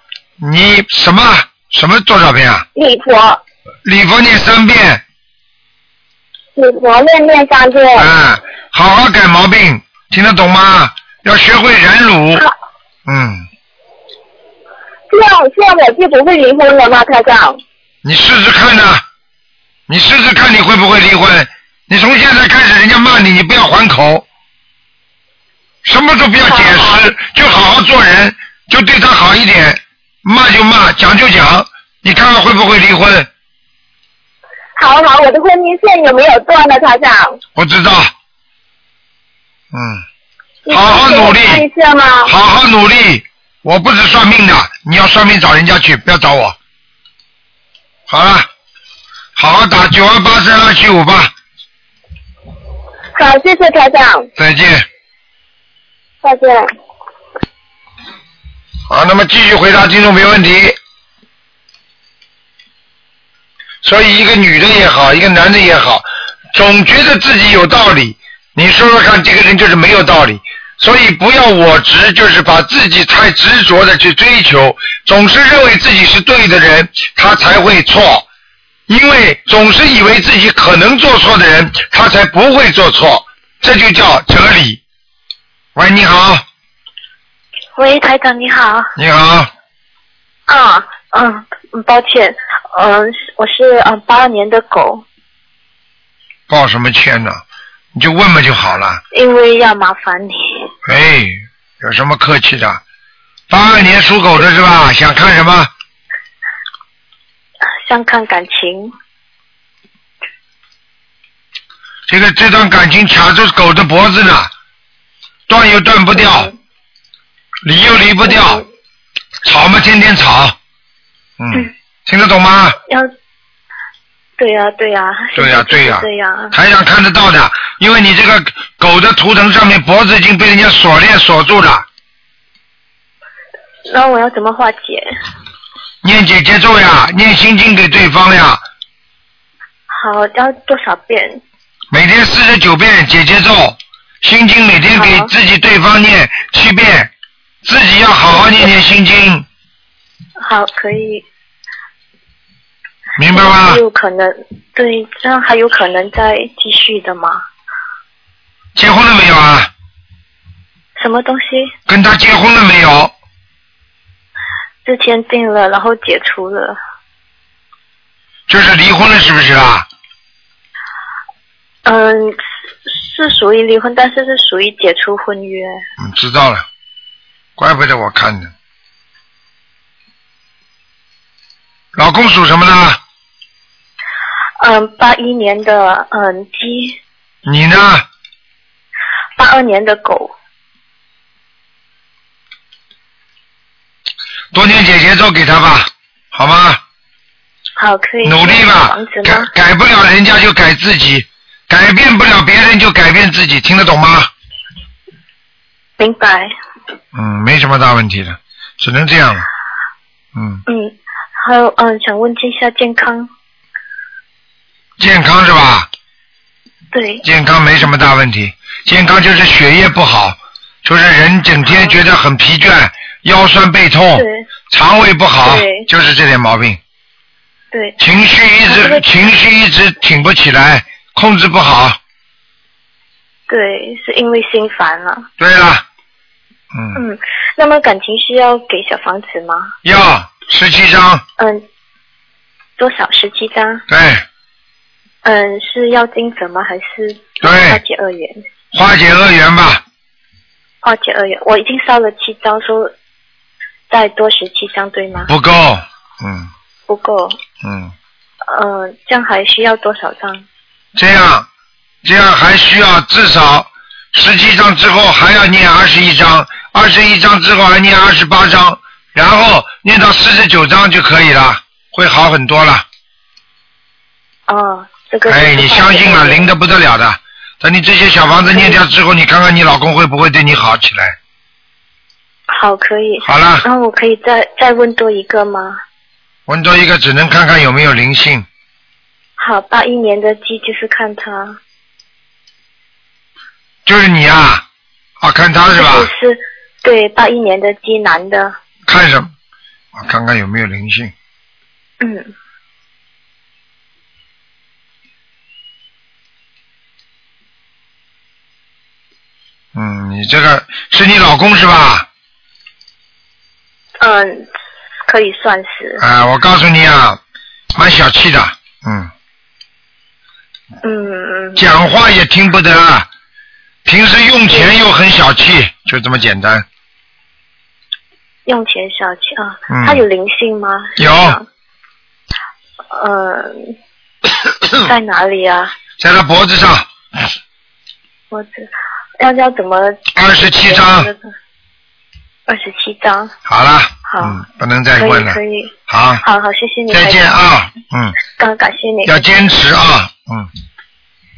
Speaker 1: 你什么什么多少遍啊？
Speaker 8: 礼佛，
Speaker 1: 礼佛念三遍，
Speaker 8: 礼佛念念三遍。
Speaker 1: 啊，好好改毛病，听得懂吗？要学会忍辱，嗯。
Speaker 8: 这样这样我就不会离婚了吗，台长？
Speaker 1: 你试试看呐、你试试看你会不会离婚？你从现在开始，人家骂你，你不要还口，什么都不要解释，就好啊好做人，就对他好一点，骂就骂，讲就讲，你看看会不会离婚？
Speaker 8: 好好，我的婚姻线有没有断呢，台长？
Speaker 1: 不知道，嗯，
Speaker 8: 你
Speaker 1: 好好
Speaker 8: 可以给我
Speaker 1: 努力
Speaker 8: 看一下吗？
Speaker 1: 好好努力，我不是算命的，你要算命找人家去，不要找我。好了，好好打九二八三二七五八，
Speaker 8: 好，谢谢台长，
Speaker 1: 再见。
Speaker 8: 再见。
Speaker 1: 好，那么继续回答听众朋友问题。所以，一个女的也好，一个男的也好，总觉得自己有道理。你说说看，这个人就是没有道理。所以，不要我执，就是把自己太执着的去追求，总是认为自己是对的人，他才会错。因为总是以为自己可能做错的人，他才不会做错。这就叫哲理。喂，你好，
Speaker 6: 喂，台长你好。
Speaker 1: 你好，
Speaker 6: 啊，嗯，嗯抱歉，嗯，是我是嗯八二年的狗，
Speaker 1: 抱什么歉呢？你就问嘛就好了。
Speaker 6: 因为要麻烦你，
Speaker 1: 哎，有什么客气的？八二年属狗的是吧？想看什么？
Speaker 6: 想看感情。
Speaker 1: 这个这段感情卡住狗的脖子呢，断又断不掉，离又离不掉，吵嘛天天吵，嗯
Speaker 6: 嗯，
Speaker 1: 听得懂吗？
Speaker 6: 要，对呀、对呀、
Speaker 1: 对呀、对呀、
Speaker 6: 对呀、
Speaker 1: 台上看得到的，因为你这个狗的图腾上面脖子已经被人家锁链锁住了，
Speaker 6: 那我要怎么化解？
Speaker 1: 念姐姐咒呀，念心经给对方呀，
Speaker 6: 好，要多少遍？
Speaker 1: 每天四十九遍解结咒，心经每天给
Speaker 6: 好
Speaker 1: 自己对方念七遍，自己要好好念念心经，
Speaker 6: 好，可以。
Speaker 1: 明白
Speaker 6: 还
Speaker 1: 吗？
Speaker 6: 有可能，对，这样还有可能再继续的吗？
Speaker 1: 结婚了没有啊？
Speaker 6: 什么东西？
Speaker 1: 跟他结婚了没有？
Speaker 6: 之前定了，然后解除了。
Speaker 1: 就是离婚了是不是啊？
Speaker 6: 嗯，是是属于离婚，但是是属于解除婚约。
Speaker 1: 嗯，知道了，怪不得我看呢。老公属什么呢？
Speaker 6: 嗯，八一年的嗯鸡，
Speaker 1: 你呢？
Speaker 6: 八二年的狗。
Speaker 1: 多念解结咒给他吧，好吗？
Speaker 6: 好，可以。
Speaker 1: 努力吧
Speaker 6: 房子，
Speaker 1: 改
Speaker 6: 吗？
Speaker 1: 改不了人家就改自己，改变不了别人就改变自己，听得懂吗？
Speaker 6: 明白。
Speaker 1: 嗯，没什么大问题的，只能这样了。嗯，
Speaker 6: 嗯，还有嗯，想问一下健康。
Speaker 1: 健康是吧？
Speaker 6: 对，
Speaker 1: 健康没什么大问题，健康就是血液不好，就是人整天觉得很疲倦，腰酸背痛，
Speaker 6: 对，
Speaker 1: 肠胃不好
Speaker 6: 对，
Speaker 1: 就是这点毛病。
Speaker 6: 对，
Speaker 1: 情绪一
Speaker 6: 他这
Speaker 1: 直
Speaker 6: 个
Speaker 1: 情绪一直挺不起来，控制不好。
Speaker 6: 对，是因为心烦了。
Speaker 1: 对了，嗯，
Speaker 6: 嗯，那么感情需要给小房子吗？
Speaker 1: 要十七张，
Speaker 6: 嗯，多少十七张？
Speaker 1: 对
Speaker 6: 嗯，是要金子吗？还是化
Speaker 1: 对，
Speaker 6: 解恶缘？
Speaker 1: 化解恶缘吧。
Speaker 6: 化解恶缘，我已经烧了七张，说
Speaker 9: 再多十七张对吗？
Speaker 1: 不够，嗯
Speaker 9: 不够，
Speaker 1: 嗯，
Speaker 9: 嗯、呃，这样还需要多少张？
Speaker 1: 这样这样还需要至少十七章之后还要念二十一章，二十一章之后还念二十八章，然后念到四十九章就可以了，会好很多了。
Speaker 9: 哦，这个
Speaker 1: 哎，你相信了，灵
Speaker 9: 的。
Speaker 1: 的不得了的。等你这些小房子念掉之后，你看看你老公会不会对你好起来？
Speaker 9: 好，可以。
Speaker 1: 好了
Speaker 9: 然后我可以再再问多一个吗？
Speaker 1: 温州一个只能看看有没有灵性，
Speaker 9: 好，八一年的鸡就是看他
Speaker 1: 就是你啊，啊，看他是吧？
Speaker 6: 嗯
Speaker 9: 就是对八一年的鸡男的，
Speaker 1: 看什么？我看看有没有灵性。
Speaker 9: 嗯，
Speaker 1: 嗯，你这个是你老公是吧？
Speaker 9: 嗯，可以算是，
Speaker 1: 啊、我告诉你啊，蛮小气的，嗯，
Speaker 9: 嗯，嗯
Speaker 1: 讲话也听不得，平时用钱又很小气，就这么简单。
Speaker 9: 用钱小气啊
Speaker 1: 嗯，
Speaker 9: 他有灵性吗？
Speaker 1: 有
Speaker 9: 嗯，在哪里啊？
Speaker 1: 在他脖子上
Speaker 9: 我只要要怎么？
Speaker 1: 二十七张，
Speaker 9: 二十七张，
Speaker 1: 好了，
Speaker 9: 好
Speaker 1: 嗯，不能再
Speaker 9: 可
Speaker 1: 问
Speaker 9: 以
Speaker 1: 了
Speaker 9: 可，以，
Speaker 1: 好，
Speaker 9: 好好，谢谢你，
Speaker 1: 再见啊，嗯，
Speaker 9: 台长，感感谢你，
Speaker 1: 要坚持啊，嗯，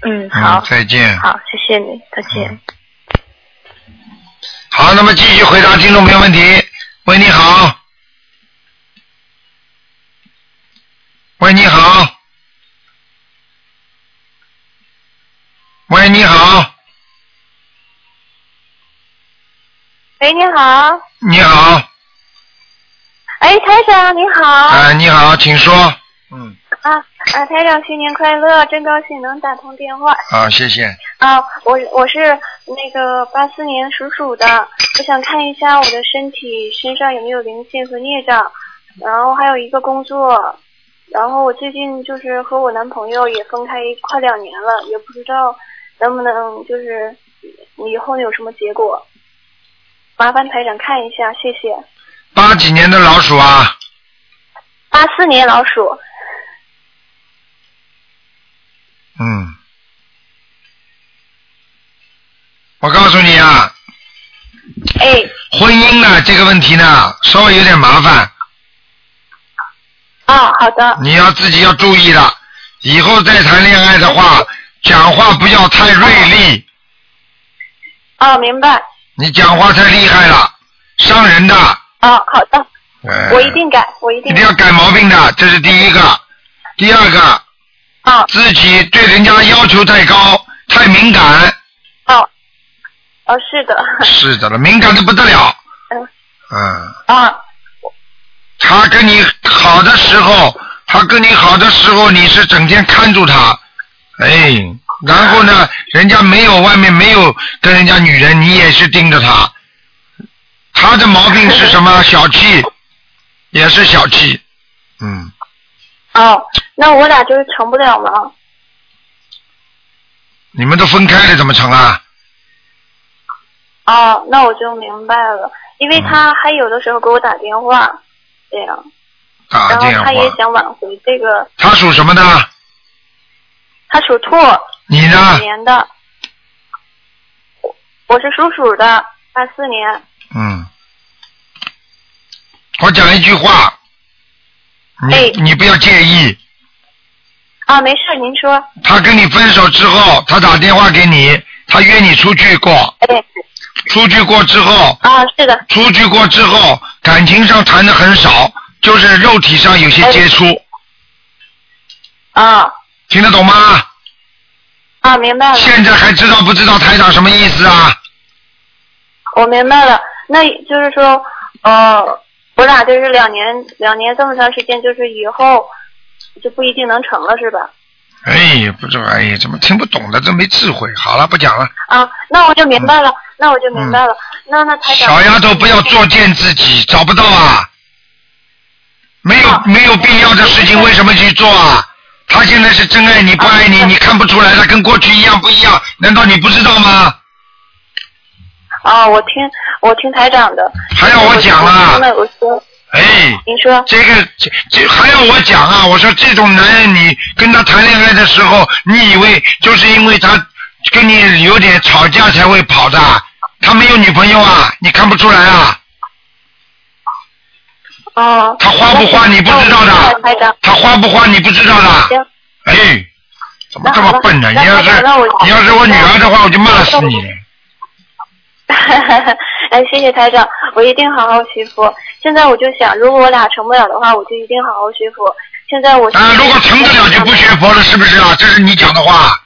Speaker 9: 嗯，好
Speaker 1: 嗯，，再见。
Speaker 9: 好，谢谢你，再见。
Speaker 1: 好，那么继续回答听众朋友问题。喂，你好。喂，你好。喂，你好，
Speaker 9: 哎
Speaker 6: 喂，你好。
Speaker 1: 你好，
Speaker 6: 哎，台长你好。
Speaker 1: 哎、你好，请说。嗯，
Speaker 6: 啊啊，台长新年快乐！真高兴能打通电话
Speaker 1: 好，谢谢。
Speaker 6: 啊！我我是那个八四年属鼠的，我想看一下我的身体身上有没有灵性和孽障，然后还有一个工作，然后我最近就是和我男朋友也分开快两年了，也不知道能不能就是以后有什么结果，麻烦台长看一下，谢谢。
Speaker 1: 八几年的老鼠啊，
Speaker 6: 八四年老鼠，
Speaker 1: 嗯，我告诉你啊，
Speaker 6: 哎，
Speaker 1: 婚姻呢这个问题呢稍微有点麻烦，
Speaker 6: 啊，好的，
Speaker 1: 你要自己要注意了，以后再谈恋爱的话，讲话不要太锐利，
Speaker 6: 啊，明白，
Speaker 1: 你讲话太厉害了，伤人的。
Speaker 6: 啊，好的。
Speaker 1: 呃、
Speaker 6: 我一定改，我一
Speaker 1: 一
Speaker 6: 定
Speaker 1: 定要改毛病的，这是第一个。第二个，
Speaker 6: 啊
Speaker 1: 自己对人家要求太高，太敏 感，
Speaker 6: 哦哦，是的，
Speaker 1: 是的了，敏感的不得了。
Speaker 6: 嗯
Speaker 1: 嗯，
Speaker 6: 啊
Speaker 1: 他跟你好的时候，他跟你好的时候，你是整天看住他，哎，然后呢，人家没有外面没有跟人家女人，你也是盯着他。他的毛病是什 么？小气，也是小气。嗯，
Speaker 6: 哦，那我俩就是成不了了。
Speaker 1: 你们都分开了，怎么成啊？
Speaker 6: 哦，那我就明白了，因为
Speaker 1: 嗯
Speaker 6: 他还有的时候给我打电话，这样，
Speaker 1: 打
Speaker 6: 然后
Speaker 1: 电啊话
Speaker 6: 他。也想挽回这个，
Speaker 1: 他属什么的？
Speaker 6: 他属兔，
Speaker 1: 你呢
Speaker 6: 五？年的，我我是属鼠的，八四年，
Speaker 1: 嗯，我讲一句话，你、
Speaker 6: 哎
Speaker 1: 你不要介意。
Speaker 6: 啊，没事，您说，
Speaker 1: 他跟你分手之后，他打电话给你，他约你出去过，
Speaker 6: 哎，
Speaker 1: 出去过之后，
Speaker 6: 啊，是的，
Speaker 1: 出去过之后，感情上谈的很少，就是肉体上有些接触，
Speaker 6: 啊
Speaker 1: 听得懂吗？
Speaker 6: 啊，明白了。
Speaker 1: 现在还知道不知道台长什么意思啊？
Speaker 6: 我明白了，那就是说，呃，我俩就是两年，两年这么长时间，就是以后就不一定能成了，是吧？
Speaker 1: 哎，不知道，哎，怎么听不懂的，真没智慧。好了，不讲了。
Speaker 6: 啊，那我就明白了，那我就明白了。那那
Speaker 1: 嗯
Speaker 6: 台长，
Speaker 1: 小丫头，不要作践自己，找不到啊！没有、
Speaker 6: 啊
Speaker 1: 没有必要的事情，为什么去做啊？他现在是真爱你，不爱你，
Speaker 6: 啊
Speaker 1: 你看不出来，他跟过去一样不一样？难道你不知道吗？
Speaker 6: 啊，我听我听台长的。
Speaker 1: 还要我讲啊
Speaker 6: 听了我说，
Speaker 1: 哎，
Speaker 6: 您说，
Speaker 1: 这个这这还要我讲啊？我说这种男人，你跟他谈恋爱的时候，你以为就是因为他跟你有点吵架才会跑的？啊他没有女朋友啊？你看不出来啊？
Speaker 6: 哦，
Speaker 1: 他花不花你不知道
Speaker 6: 那我
Speaker 1: 的？
Speaker 6: 台长，
Speaker 1: 他花不花你不知道
Speaker 6: 行
Speaker 1: 的？，啊哎，怎么这么笨呢？你要是
Speaker 6: 那我
Speaker 1: 你要是我女儿的话，我就骂死你。
Speaker 6: 哎，谢谢台长，我一定好好学佛。现在我就想，如果我俩成不了的话，我就一定好好学佛。现在我
Speaker 1: 啊，如果成得了就不学佛了，是不是啊？这是你讲的话。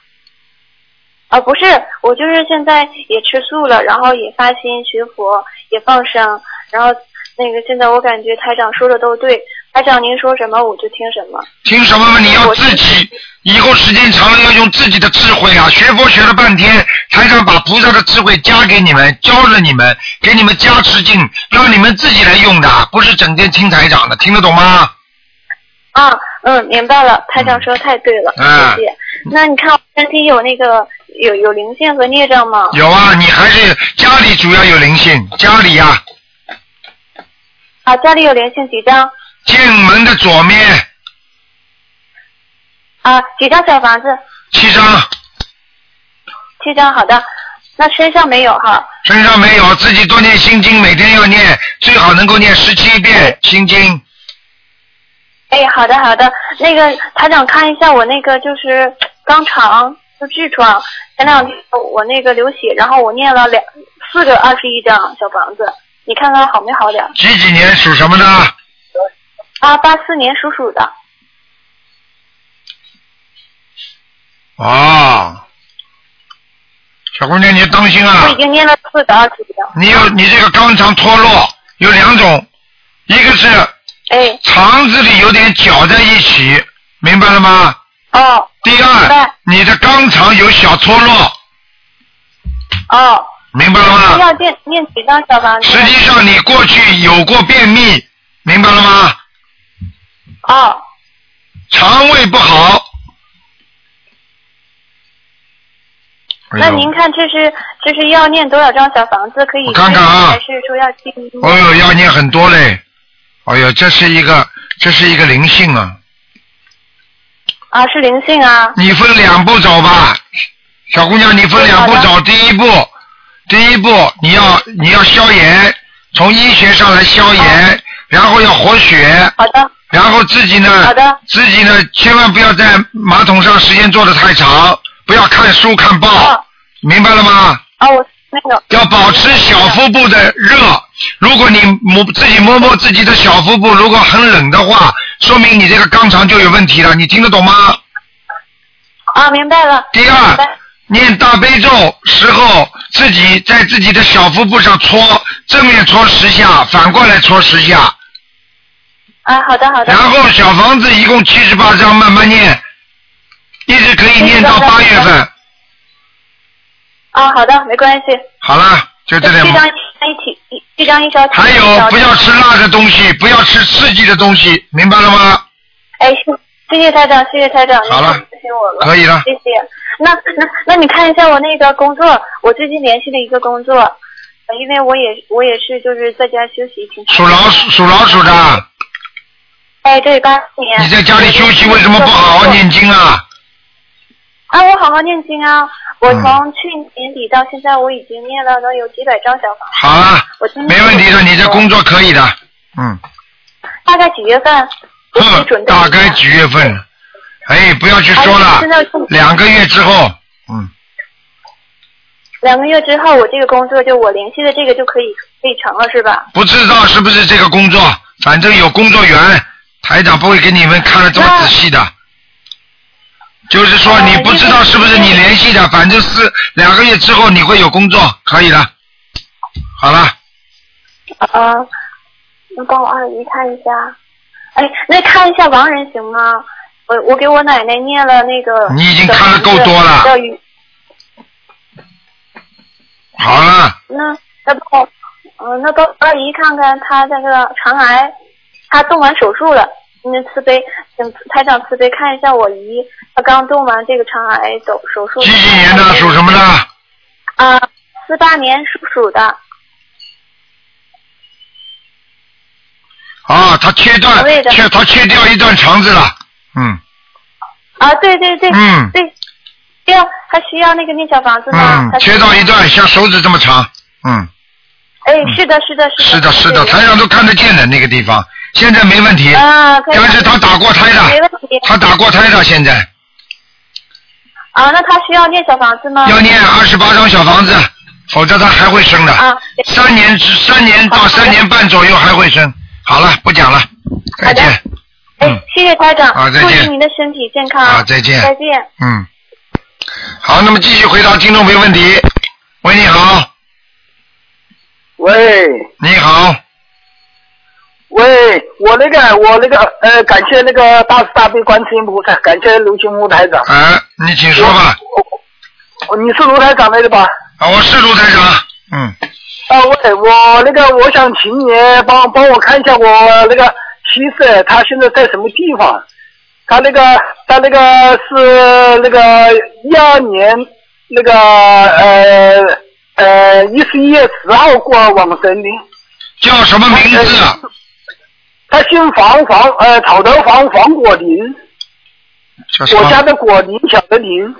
Speaker 6: 啊，不是，我就是现在也吃素了，然后也发心学佛，也放生，然后那个现在我感觉台长说的都对，台长您说什么我就听什么。
Speaker 1: 听什么嘛？你要自己，以后时间长了要用自己的智慧啊！学佛学了半天，台上把菩萨的智慧加给你们，教了你们，给你们加持进，让你们自己来用的，不是整天听台长的，听得懂吗？
Speaker 6: 啊，嗯，明白了，台长说的太对了，
Speaker 1: 嗯
Speaker 6: 谢谢。那你看我身体有那个有有灵性和孽障吗？
Speaker 1: 有啊，你还是家里主要有灵性，家里呀、
Speaker 6: 啊，家里有灵性几张？
Speaker 1: 进门的左面
Speaker 6: 啊，几张小房子？
Speaker 1: 七张，
Speaker 6: 七张，好的。那身上没有哈？
Speaker 1: 身上没有，自己多念心经，每天要念，最好能够念十七遍心经。
Speaker 6: 哎，好的好的，那个台长看一下我那个就是肛肠，就痔疮，前两天我那个流血，然后我念了两四个二十一张小房子，你看看好没好点儿？
Speaker 1: 几几年属什么的？
Speaker 6: 啊，八四年属鼠的，
Speaker 1: 哦，小姑娘，你当心啊！
Speaker 6: 我已经念了四个二十一张。
Speaker 1: 你有你这个肛肠脱落有两种，一个是
Speaker 6: 哎，
Speaker 1: 肠子里有点搅在一起，明白了吗？
Speaker 6: 哦
Speaker 1: 第
Speaker 6: 明
Speaker 1: 二
Speaker 6: 白，
Speaker 1: 你的肛肠有小脱落，
Speaker 6: 哦，
Speaker 1: 明白
Speaker 6: 那
Speaker 1: 了吗？
Speaker 6: 要念念几张小房子
Speaker 1: 实？际上你过去有过便秘，明白了吗？
Speaker 6: 哦，
Speaker 1: 肠胃不好。哎
Speaker 6: 那
Speaker 1: 呦
Speaker 6: 您看这是这是要念多少张小房子可以？
Speaker 1: 我看看啊
Speaker 6: 还是说要进？
Speaker 1: 哦呦，要念很多嘞！哎呦，这是一个，这是一个灵性啊！
Speaker 6: 啊，是灵性啊。
Speaker 1: 你分两步走吧，小姑娘，你分两步
Speaker 6: 好
Speaker 1: 走。第一步，第一步你要你要消炎，从医学上来消炎，然后要活血，
Speaker 6: 好的，
Speaker 1: 然后自己呢
Speaker 6: 好的，
Speaker 1: 自己呢千万不要在马桶上时间坐的太长，不要看书看报
Speaker 6: 哦，
Speaker 1: 明白了吗？
Speaker 6: 啊，我那个
Speaker 1: 要保持小腹部的热。如果你摸自己摸摸自己的小腹部，如果很冷的话，说明你这个肛肠就有问题了。你听得懂吗？
Speaker 6: 啊，明白了。
Speaker 1: 第
Speaker 6: 明
Speaker 1: 二
Speaker 6: 白，
Speaker 1: 念大悲咒时候，自己在自己的小腹部上搓，正面搓十下，反过来搓十下，
Speaker 6: 啊，好的好的
Speaker 1: 然。后小房子一共七十八章，慢慢念，一直可以念到八月份。
Speaker 6: 啊，好的，没关系。
Speaker 1: 好了，就这
Speaker 6: 这
Speaker 1: 点吧
Speaker 6: 张。一起，一这张一张。
Speaker 1: 还
Speaker 6: 一
Speaker 1: 有
Speaker 6: 张，
Speaker 1: 不要吃辣的东西，不要吃刺激的东西，明白了吗？
Speaker 6: 哎，谢谢谢台长，谢谢台长，
Speaker 1: 好了
Speaker 6: 您提醒我了。
Speaker 1: 可以啊了。
Speaker 6: 谢谢。那那那你看一下我那个工作，我最近联系了一个工作，呃因为我也我也是就是在家休息挺。
Speaker 1: 属老鼠，属老鼠的，
Speaker 6: 哎，对，八四年。
Speaker 1: 你在家里休息为什么不好好念经啊？
Speaker 6: 啊，我好好念经啊！我
Speaker 1: 嗯
Speaker 6: 从去年底到现在，我已经念了能有几百张小房。
Speaker 1: 好了，
Speaker 6: 我今
Speaker 1: 没问题的，你这工作可以的，嗯。
Speaker 6: 大概几月份？嗯我自己
Speaker 1: 哼，
Speaker 6: 准备一下。
Speaker 1: 大概几月份了？哎，不要去说
Speaker 6: 哎
Speaker 1: 了
Speaker 6: 现在就，
Speaker 1: 两个月之后，嗯，
Speaker 6: 两个月之后，我这个工作就我联系的这个就可以可以成了，是吧？
Speaker 1: 不知道是不是这个工作，反正有工作员，台长不会给你们看的这么仔细的。就是说
Speaker 6: 哦
Speaker 1: 你不知道是不是你联系的，反正是两个月之后你会有工作，可以的。好了，
Speaker 6: 啊、能帮我二姨看一下？哎，那看一下亡人行吗？我我给我奶奶念了那个。
Speaker 1: 你已经看得够多了
Speaker 6: 叫雨
Speaker 1: 好了，
Speaker 6: 那那帮我，嗯、那帮我二姨看看她那个肠癌，她动完手术了。那慈悲，请台长慈悲看一下我姨，她刚动完这个肠癌手手术。
Speaker 1: 几几年的，属什么的？
Speaker 6: 啊，四八年属鼠的，
Speaker 1: 啊，他切断
Speaker 6: 所谓，的
Speaker 1: 切他切掉一段肠子了，嗯
Speaker 6: 啊，对对对，
Speaker 1: 嗯
Speaker 6: 对，要还需要那个念小房子吗？
Speaker 1: 嗯，
Speaker 6: 还是
Speaker 1: 切到一段像手指这么长，嗯，
Speaker 6: 哎，是的，是的，
Speaker 1: 是的，
Speaker 6: 的，
Speaker 1: 是的，
Speaker 6: 对
Speaker 1: 台上都看得见的那个地方，现在没问题，
Speaker 6: 啊，可以
Speaker 1: 但是他打过胎
Speaker 6: 没
Speaker 1: 的，
Speaker 6: 问题
Speaker 1: 他打过胎的，现在
Speaker 6: 啊，那他需要念小房子吗？
Speaker 1: 要念二十八张小房子，否则他还会生的，
Speaker 6: 啊，
Speaker 1: 三年之三年到三年半左右还会生。好了，不讲了，再见，
Speaker 6: 哎
Speaker 1: 嗯，
Speaker 6: 谢谢台长
Speaker 1: 好，再
Speaker 6: 祝
Speaker 1: 见
Speaker 6: 您您的身体健康，
Speaker 1: 啊，再见，
Speaker 6: 再见。
Speaker 1: 嗯，好，那么继续回答听众朋友问题。喂，你好，
Speaker 4: 喂
Speaker 1: 你好，
Speaker 4: 喂，我那个我那个呃，感谢那个大慈大悲观世音菩萨，感谢卢金木台长。
Speaker 1: 哎、你请说吧。
Speaker 4: 我哦你是卢台长来的吧？
Speaker 1: 啊，我是卢台长。嗯，
Speaker 4: 啊，喂，我那个我想请你帮帮我看一下我那个妻子，她现在在什么地方？她那个她那个是那个一二年那个呃呃一十一月十号过往生的。
Speaker 1: 叫什么名字啊？
Speaker 4: 哎她姓房房呃草头房房果林。
Speaker 1: 叫什
Speaker 4: 我家
Speaker 1: 么？
Speaker 4: 的果林，小的林，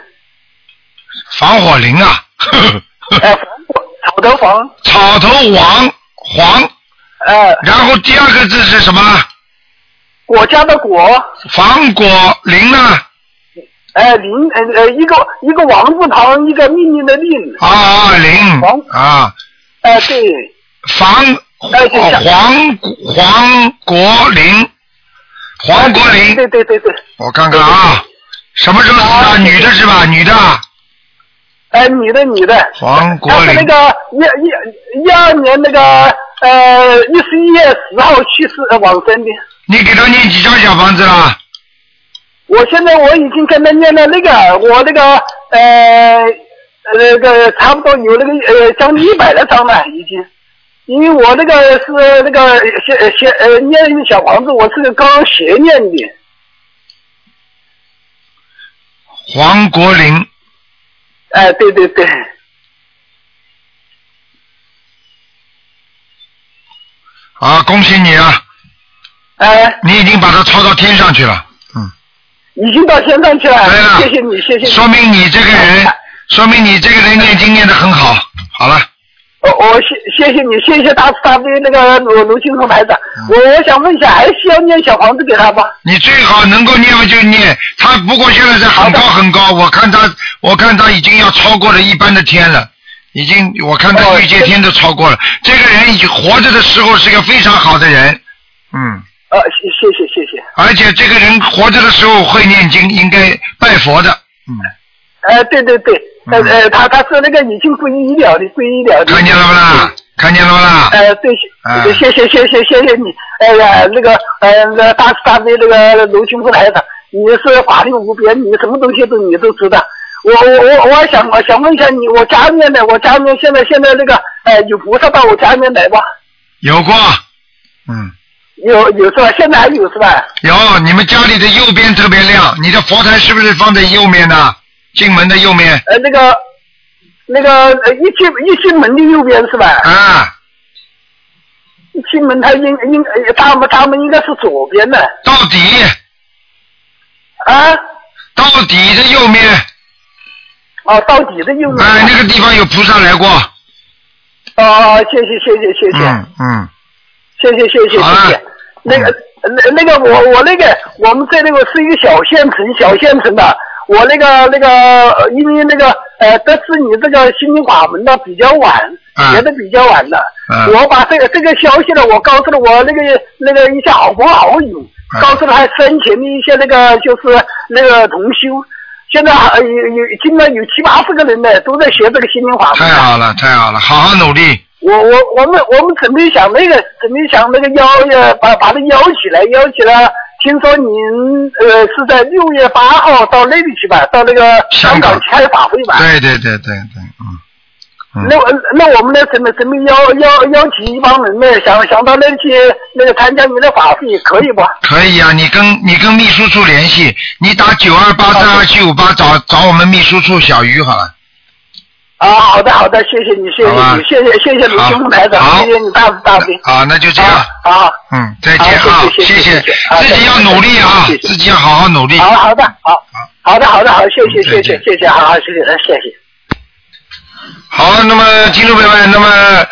Speaker 1: 防火林啊， 呵呵
Speaker 4: 哎、房果草头房，
Speaker 1: 草头王黄，
Speaker 4: 哎、
Speaker 1: 然后第二个字是什么？
Speaker 4: 我家的果，
Speaker 1: 防果啊林呢？
Speaker 4: 哎、林，呃呃，一个一个王字旁，一个命令的令，
Speaker 1: 啊啊林
Speaker 4: 黄
Speaker 1: 啊，
Speaker 4: 哎、对，
Speaker 1: 防
Speaker 4: 哎就像
Speaker 1: 黄黄国林，黄国林，
Speaker 4: 哎对哎对对对，
Speaker 1: 我看看啊，什么时候死的？女的是吧？女的啊，
Speaker 4: 哎、你的你的，
Speaker 1: 黄国
Speaker 4: 他是那
Speaker 1: 林
Speaker 4: 个一一一二年那个呃一十一月十号去世呃往生的，
Speaker 1: 你给他念几张小房子了？
Speaker 4: 我现在我已经跟他念了那个我那个呃呃那个差不多有那个呃将近一百来张了已经，因为我那个是那个写写呃念小房子，我是刚学念的，
Speaker 1: 黄国林，
Speaker 4: 哎、对对对，
Speaker 1: 啊，恭喜你啊！
Speaker 4: 哎、
Speaker 1: 你已经把它抄到天上去了，嗯，
Speaker 4: 已经到天上去了
Speaker 1: 对了，
Speaker 4: 谢谢你谢谢你，
Speaker 1: 说明你这个人，说明你这个人念经念得很好。好了，
Speaker 4: 我我谢谢谢你，谢谢大慈大悲那个卢卢青红台长，我我想问一下，还哎需要念小房子给他吗？
Speaker 1: 你最好能够念就念，他不过现在是很高很高，我看他，我看他已经要超过了一般的天了，已经，我看他
Speaker 4: 哦
Speaker 1: 御界天都超过了。这个人已经活着的时候是个非常好的人，嗯，
Speaker 4: 呃，谢谢谢谢谢，
Speaker 1: 而且这个人活着的时候会念经，应该拜佛的，嗯，
Speaker 4: 哎、对对对，呃呃，他他是那个已经皈依了的，皈依了的，
Speaker 1: 看见了不啦？看见了不啦？
Speaker 4: 呃，对，
Speaker 1: 啊
Speaker 4: 谢谢谢谢谢谢你，哎呀，那个呃，那个大慈大悲那个卢军副台长，你是法力无边，你什么东西都你都知道。我我我我想我想问一下你，我家里面的，我家里面现在现在那个呃有菩萨到我家里面来吧？
Speaker 1: 有过，嗯。
Speaker 4: 有有是吧？现在还有是吧？
Speaker 1: 有，你们家里的右边特别亮，你的佛台是不是放在右面呢？进门的右面
Speaker 4: 呃，那个那个呃一进一进门的右边是吧？
Speaker 1: 啊，
Speaker 4: 一进门它应应呃他们他们应该是左边的
Speaker 1: 到底
Speaker 4: 啊，
Speaker 1: 到底的右面，
Speaker 4: 哦，到底的右边。
Speaker 1: 哎，那个地方有菩萨来过。
Speaker 4: 哦，谢谢谢谢谢谢。
Speaker 1: 嗯嗯，
Speaker 4: 谢谢谢谢谢
Speaker 1: 好了
Speaker 4: 谢。那个那那个我我那个我们在那个是一个小县城小县城的，我那个那个呃因为那个呃得知你这个心灵法门呢比较晚，
Speaker 1: 嗯
Speaker 4: 学的比较晚的，
Speaker 1: 嗯
Speaker 4: 我把这个这个消息呢我告诉了我那个那个一些好朋友好友，
Speaker 1: 嗯
Speaker 4: 告诉了他生前的一些那个就是那个同修。现在还有有，今天有七八十个人呢，都在学这个心灵法门
Speaker 1: 太
Speaker 4: 呢。
Speaker 1: 好了太好了，好好努力。
Speaker 4: 我我我们我们准备想那个准备想那个邀呃把把他邀起来邀起来。听说您呃是在六月八号到内地去吧，到那个
Speaker 1: 香
Speaker 4: 香
Speaker 1: 港
Speaker 4: 港开法会吧？
Speaker 1: 对对对对对，嗯嗯
Speaker 4: 那我那我们呢准备准备邀邀邀请一帮人呢，想想到那里去那个参加您的法会，可以不？
Speaker 1: 可以啊，你跟你跟秘书处联系，你打九二八三二七五八找找我们秘书处小鱼好了。
Speaker 10: 啊，好的好的，谢谢你，谢谢
Speaker 1: 好吧
Speaker 10: 你，谢谢谢谢卢
Speaker 1: 好
Speaker 10: 金红台
Speaker 1: 啊好
Speaker 10: 长，谢谢你大慈大悲。
Speaker 1: 好，那就这样，
Speaker 10: 啊，
Speaker 1: 嗯，再见
Speaker 10: 好
Speaker 1: 啊，
Speaker 10: 谢谢
Speaker 1: 谢
Speaker 10: 谢谢啊
Speaker 1: 自己要努力啊
Speaker 10: 谢谢，谢谢
Speaker 1: 自己要好好努力。
Speaker 10: 好好的，好，好的好的好，谢谢
Speaker 1: 嗯再
Speaker 10: 谢
Speaker 1: 见
Speaker 10: 谢谢谢，好好谢谢谢谢。
Speaker 1: 好，那么听众朋友们，那么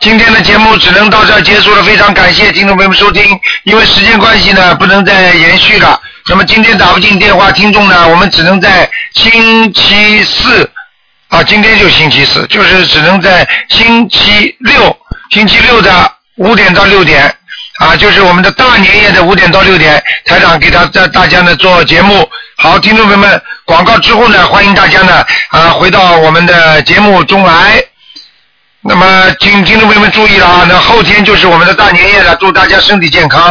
Speaker 1: 今天的节目只能到这儿结束了，非常感谢听众朋友们收听，因为时间关系呢，不能再延续了。那么今天打不进电话，听众呢，我们只能在星期四啊，今天就星期四，就是只能在星期六，星期六的五点到六点。啊，就是我们的大年夜的五点到六点，台长给大大大家呢做节目。好，听众朋友们，广告之后呢，欢迎大家呢啊回到我们的节目中来。那么，请听众朋友们注意了啊，那后天就是我们的大年夜了，祝大家身体健康。